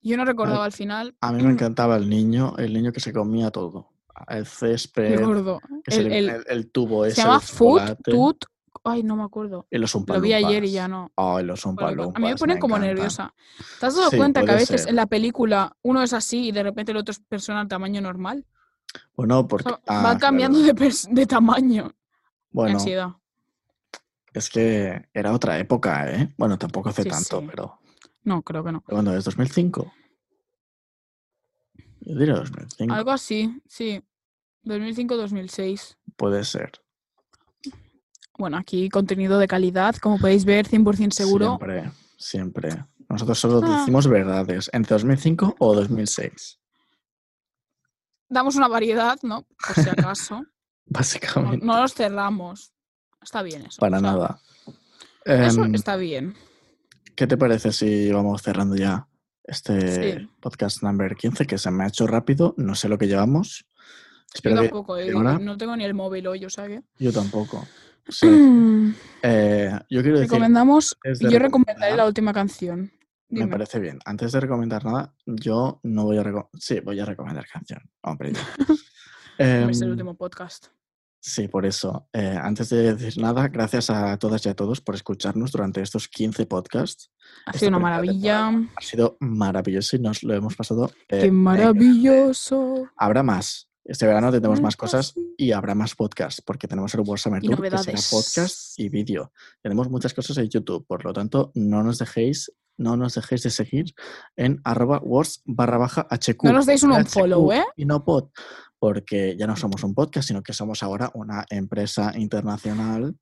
[SPEAKER 1] Yo no recordaba al final
[SPEAKER 2] A mí me encantaba el niño, el niño que se comía todo. El césped,
[SPEAKER 1] el gordo.
[SPEAKER 2] que se
[SPEAKER 1] el-
[SPEAKER 2] le-
[SPEAKER 1] el-
[SPEAKER 2] el- el tubo ese.
[SPEAKER 1] se llama
[SPEAKER 2] de
[SPEAKER 1] Food,
[SPEAKER 2] chocolate,
[SPEAKER 1] Tut. Ay, no me acuerdo.
[SPEAKER 2] y los
[SPEAKER 1] Lo vi ayer y ya no.
[SPEAKER 2] Oh, los
[SPEAKER 1] Bueno, A mí me
[SPEAKER 2] Umpalumpas,
[SPEAKER 1] ponen como
[SPEAKER 2] encantan.
[SPEAKER 1] nerviosa. ¿Te has dado
[SPEAKER 2] Sí,
[SPEAKER 1] cuenta que a
[SPEAKER 2] puede
[SPEAKER 1] veces
[SPEAKER 2] ser.
[SPEAKER 1] en la película uno es así y de repente el otro es persona al tamaño normal?
[SPEAKER 2] Bueno,
[SPEAKER 1] O
[SPEAKER 2] porque.
[SPEAKER 1] sea,
[SPEAKER 2] ah,
[SPEAKER 1] va
[SPEAKER 2] claro.
[SPEAKER 1] cambiando de, pers- de tamaño. Qué
[SPEAKER 2] Bueno,
[SPEAKER 1] ansiedad.
[SPEAKER 2] es que era otra época, ¿eh? Bueno, tampoco hace
[SPEAKER 1] Sí,
[SPEAKER 2] tanto,
[SPEAKER 1] sí.
[SPEAKER 2] pero.
[SPEAKER 1] No, creo que no.
[SPEAKER 2] ¿Cuándo es? ¿2005? Yo diría 2005.
[SPEAKER 1] Algo así, sí. 2005-2006.
[SPEAKER 2] Puede ser.
[SPEAKER 1] Bueno, aquí contenido de calidad, como podéis ver, 100% seguro.
[SPEAKER 2] Siempre, siempre. Nosotros solo
[SPEAKER 1] Ah.
[SPEAKER 2] decimos verdades. ¿Entre 2005 o 2006?
[SPEAKER 1] Damos una variedad, ¿no? Por si acaso. no,
[SPEAKER 2] Básicamente.
[SPEAKER 1] no los cerramos. Está bien eso.
[SPEAKER 2] Para
[SPEAKER 1] o sea,
[SPEAKER 2] nada.
[SPEAKER 1] Eso
[SPEAKER 2] Em,
[SPEAKER 1] está bien.
[SPEAKER 2] ¿Qué te parece si vamos cerrando ya este
[SPEAKER 1] Sí.
[SPEAKER 2] podcast number 15 que se me ha hecho rápido? No sé lo que llevamos.
[SPEAKER 1] Yo
[SPEAKER 2] Espero que
[SPEAKER 1] tampoco, eh,
[SPEAKER 2] que ahora-
[SPEAKER 1] no tengo ni el móvil hoy, o sea que.
[SPEAKER 2] yo tampoco. Sí. Eh, yo quiero decir,
[SPEAKER 1] Recomendamos.
[SPEAKER 2] antes de
[SPEAKER 1] Yo recomendaré
[SPEAKER 2] recomendar-
[SPEAKER 1] la última canción.
[SPEAKER 2] me
[SPEAKER 1] Dime.
[SPEAKER 2] parece bien. Antes de recomendar nada, yo no voy a recomendar. Sí, voy a recomendar canción. Hombre, ya.
[SPEAKER 1] Hombre, es el
[SPEAKER 2] Em,
[SPEAKER 1] último podcast.
[SPEAKER 2] Sí, por eso. Eh, antes de decir nada, gracias a todas y a todos por escucharnos durante estos 15 podcasts.
[SPEAKER 1] Ha
[SPEAKER 2] esta
[SPEAKER 1] sido una
[SPEAKER 2] primera
[SPEAKER 1] maravilla.
[SPEAKER 2] temporada Ha sido maravilloso y nos lo hemos pasado. eh,
[SPEAKER 1] Qué
[SPEAKER 2] de-
[SPEAKER 1] maravilloso.
[SPEAKER 2] Habrá más. Este verano tendremos más cosas
[SPEAKER 1] Fantástico.
[SPEAKER 2] y habrá más podcasts, porque tenemos el World Summer
[SPEAKER 1] Y
[SPEAKER 2] Tour, que será
[SPEAKER 1] novedades.
[SPEAKER 2] podcast y vídeo. Tenemos muchas cosas en YouTube, por lo tanto, no nos dejéis, no nos dejéis de seguir en arroba words barra baja HQ.
[SPEAKER 1] No nos deis un unfollow,
[SPEAKER 2] HQ,
[SPEAKER 1] ¿eh?
[SPEAKER 2] Y no pod, porque ya no somos un podcast, sino que somos ahora una empresa internacional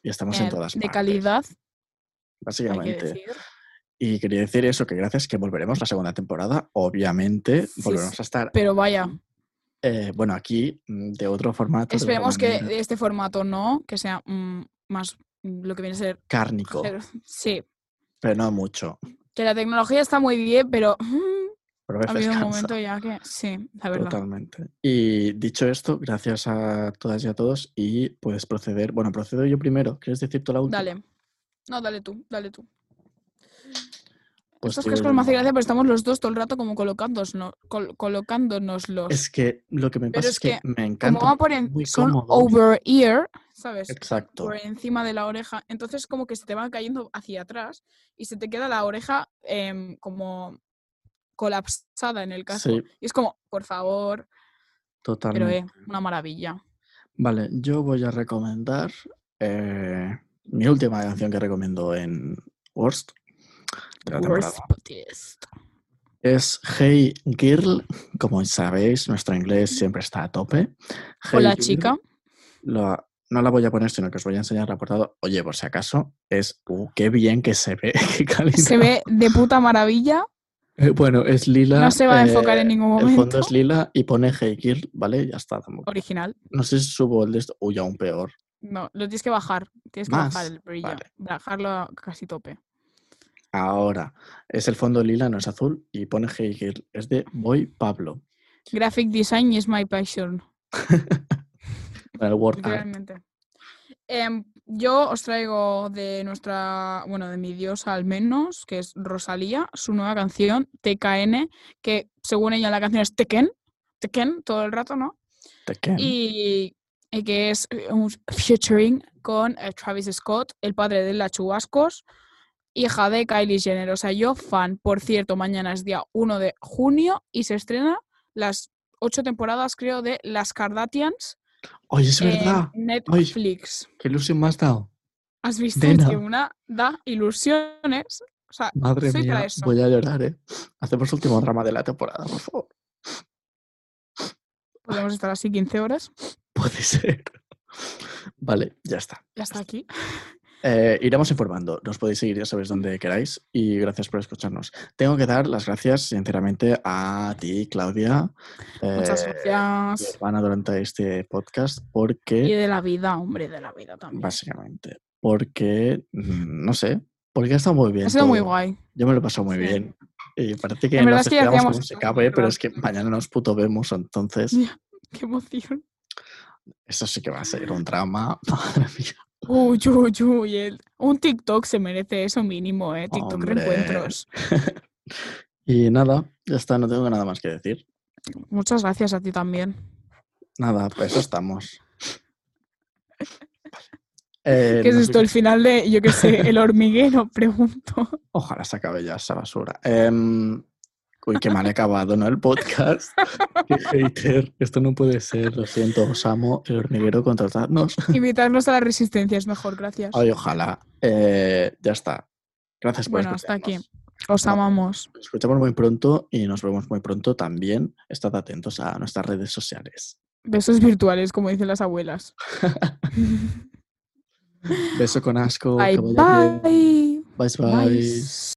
[SPEAKER 2] y estamos
[SPEAKER 1] Eh,
[SPEAKER 2] en todas
[SPEAKER 1] de
[SPEAKER 2] partes,
[SPEAKER 1] calidad, hay que
[SPEAKER 2] básicamente.
[SPEAKER 1] decir.
[SPEAKER 2] Y quería decir eso, que gracias que volveremos la segunda temporada, obviamente,
[SPEAKER 1] Sí,
[SPEAKER 2] volveremos
[SPEAKER 1] sí.
[SPEAKER 2] a estar
[SPEAKER 1] Pero vaya,
[SPEAKER 2] eh, bueno, aquí mm, de otro formato. de otra
[SPEAKER 1] esperemos
[SPEAKER 2] manera.
[SPEAKER 1] que este formato no, que sea mm, más mm, lo que viene a ser.
[SPEAKER 2] Cárnico,
[SPEAKER 1] Sí,
[SPEAKER 2] pero no mucho.
[SPEAKER 1] que la tecnología está muy bien, pero mm,
[SPEAKER 2] Pero
[SPEAKER 1] ha
[SPEAKER 2] a veces
[SPEAKER 1] habido un
[SPEAKER 2] cansa
[SPEAKER 1] momento ya que. Sí, la verdad.
[SPEAKER 2] totalmente. Y dicho esto, gracias a todas y a todos. Y puedes proceder. Bueno, procedo yo primero. ¿Quieres decir tú la última?
[SPEAKER 1] Dale. No, dale tú, dale tú.
[SPEAKER 2] Pues
[SPEAKER 1] Estos
[SPEAKER 2] yo
[SPEAKER 1] cascos me hace
[SPEAKER 2] digo-
[SPEAKER 1] gracia, pero estamos los dos todo el rato como colocándonos, colocándonoslos.
[SPEAKER 2] Es que lo que me
[SPEAKER 1] Pero
[SPEAKER 2] pasa
[SPEAKER 1] es
[SPEAKER 2] es que,
[SPEAKER 1] que
[SPEAKER 2] me
[SPEAKER 1] como
[SPEAKER 2] encanta.
[SPEAKER 1] va por en-
[SPEAKER 2] muy
[SPEAKER 1] son
[SPEAKER 2] cómodos.
[SPEAKER 1] over ear, ¿sabes?
[SPEAKER 2] Exacto.
[SPEAKER 1] Por encima de la oreja. Entonces como que se te van cayendo hacia atrás y se te queda la oreja em, como colapsada en el eh. casco.
[SPEAKER 2] Sí,
[SPEAKER 1] Y es como, por favor, pero
[SPEAKER 2] totalmente.
[SPEAKER 1] eh, una maravilla.
[SPEAKER 2] Vale, yo voy a recomendar eh, mi última canción que recomiendo en Worst. de la temporada.
[SPEAKER 1] Worst podcast.
[SPEAKER 2] Es Hey Girl, como sabéis, nuestro inglés siempre está a tope. Hey
[SPEAKER 1] Hola
[SPEAKER 2] Girl,
[SPEAKER 1] chica,
[SPEAKER 2] la- no la voy a poner, sino que os voy a enseñar la portada. Oye, por si acaso, es. Uh, ¡Qué bien que se ve! ¡Qué calidad!
[SPEAKER 1] se ve de puta maravilla.
[SPEAKER 2] Eh, bueno, es lila. eh,
[SPEAKER 1] No se va a enfocar en ningún
[SPEAKER 2] El fondo
[SPEAKER 1] momento.
[SPEAKER 2] es lila y pone Hey Girl, ¿vale? Ya está. tampoco-
[SPEAKER 1] Original.
[SPEAKER 2] No sé si subo el de esto. Uy, aún peor.
[SPEAKER 1] No, lo tienes que bajar. Tienes que
[SPEAKER 2] Más,
[SPEAKER 1] bajar el brillo.
[SPEAKER 2] vale.
[SPEAKER 1] Bajarlo a casi tope.
[SPEAKER 2] Ahora, es el fondo lila, no es azul, y pone Hey Girl. Es de Boy Pablo.
[SPEAKER 1] Graphic design is my passion.
[SPEAKER 2] Para el Word Art.
[SPEAKER 1] Realmente. Em, yo os traigo de nuestra, bueno, de mi diosa al menos, que es Rosalía, su nueva canción, TKN, que según ella la canción es Tekken, Tekken todo el rato, ¿no?
[SPEAKER 2] Tekken.
[SPEAKER 1] Y, y que es eh, un featuring con eh, Travis Scott, el padre de la Chubascos, hija de Kylie Jenner. O sea, yo fan. Por cierto, mañana es día 1 de junio y se estrena las ocho temporadas, creo, de Las Kardashians
[SPEAKER 2] Oye, es
[SPEAKER 1] en
[SPEAKER 2] verdad.
[SPEAKER 1] Netflix.
[SPEAKER 2] Qué ilusión me has dado.
[SPEAKER 1] ¿Has visto
[SPEAKER 2] Nena.
[SPEAKER 1] que una da ilusiones? O sea,
[SPEAKER 2] Madre
[SPEAKER 1] soy para
[SPEAKER 2] mía,
[SPEAKER 1] eso.
[SPEAKER 2] voy a llorar, ¿eh? Hacemos el último drama de la temporada, por favor.
[SPEAKER 1] podemos estar así 15 horas.
[SPEAKER 2] Puede ser. Vale, ya está.
[SPEAKER 1] Ya está aquí.
[SPEAKER 2] Eh, iremos informando. Nos podéis seguir, ya sabéis dónde queráis. Y gracias por escucharnos. Tengo que dar las gracias, sinceramente, a ti, Claudia.
[SPEAKER 1] Muchas
[SPEAKER 2] eh, y
[SPEAKER 1] gracias.
[SPEAKER 2] hermana durante este podcast,
[SPEAKER 1] Y
[SPEAKER 2] porque,
[SPEAKER 1] de la vida, hombre, de la vida también.
[SPEAKER 2] básicamente, porque, mm, no sé, porque ha estado muy bien.
[SPEAKER 1] Ha sido muy
[SPEAKER 2] todo.
[SPEAKER 1] guay.
[SPEAKER 2] Yo me lo he pasado muy
[SPEAKER 1] Sí.
[SPEAKER 2] bien. Y parece que
[SPEAKER 1] En verdad
[SPEAKER 2] nos
[SPEAKER 1] es que ya
[SPEAKER 2] esperamos
[SPEAKER 1] hacíamos
[SPEAKER 2] como se
[SPEAKER 1] esto,
[SPEAKER 2] cabe, pero es que
[SPEAKER 1] claro.
[SPEAKER 2] mañana nos puto vemos, entonces
[SPEAKER 1] Ya, Qué emoción.
[SPEAKER 2] eso sí que va a ser un drama. Madre mía.
[SPEAKER 1] Uy, uy, uy. el- Un TikTok se merece eso mínimo, ¿eh? TikTok
[SPEAKER 2] Hombre.
[SPEAKER 1] reencuentros.
[SPEAKER 2] Y nada, ya está, no tengo nada más que decir.
[SPEAKER 1] Muchas gracias a ti también.
[SPEAKER 2] Nada, pues eso estamos. Eh,
[SPEAKER 1] ¿Qué es
[SPEAKER 2] no sé
[SPEAKER 1] esto? El final de, yo qué sé, el hormiguero, pregunto.
[SPEAKER 2] Ojalá se acabe ya esa basura. Em, uy, qué mal he acabado, ¿no? El podcast. Qué hater. Esto no puede ser. Lo siento, os amo. El hormiguero, contratadnos.
[SPEAKER 1] Invitarnos a la resistencia es mejor, gracias.
[SPEAKER 2] Ay, ojalá. Eh, ya está. Gracias por
[SPEAKER 1] Bueno, hasta aquí.
[SPEAKER 2] escucharnos.
[SPEAKER 1] Os
[SPEAKER 2] no.
[SPEAKER 1] amamos.
[SPEAKER 2] Nos escuchamos muy pronto y nos vemos muy pronto también. Estad atentos a nuestras redes sociales.
[SPEAKER 1] Besos virtuales, como dicen las abuelas.
[SPEAKER 2] Beso con asco. que
[SPEAKER 1] bye,
[SPEAKER 2] vaya bien.
[SPEAKER 1] bye.
[SPEAKER 2] bye. bye.
[SPEAKER 1] Bye.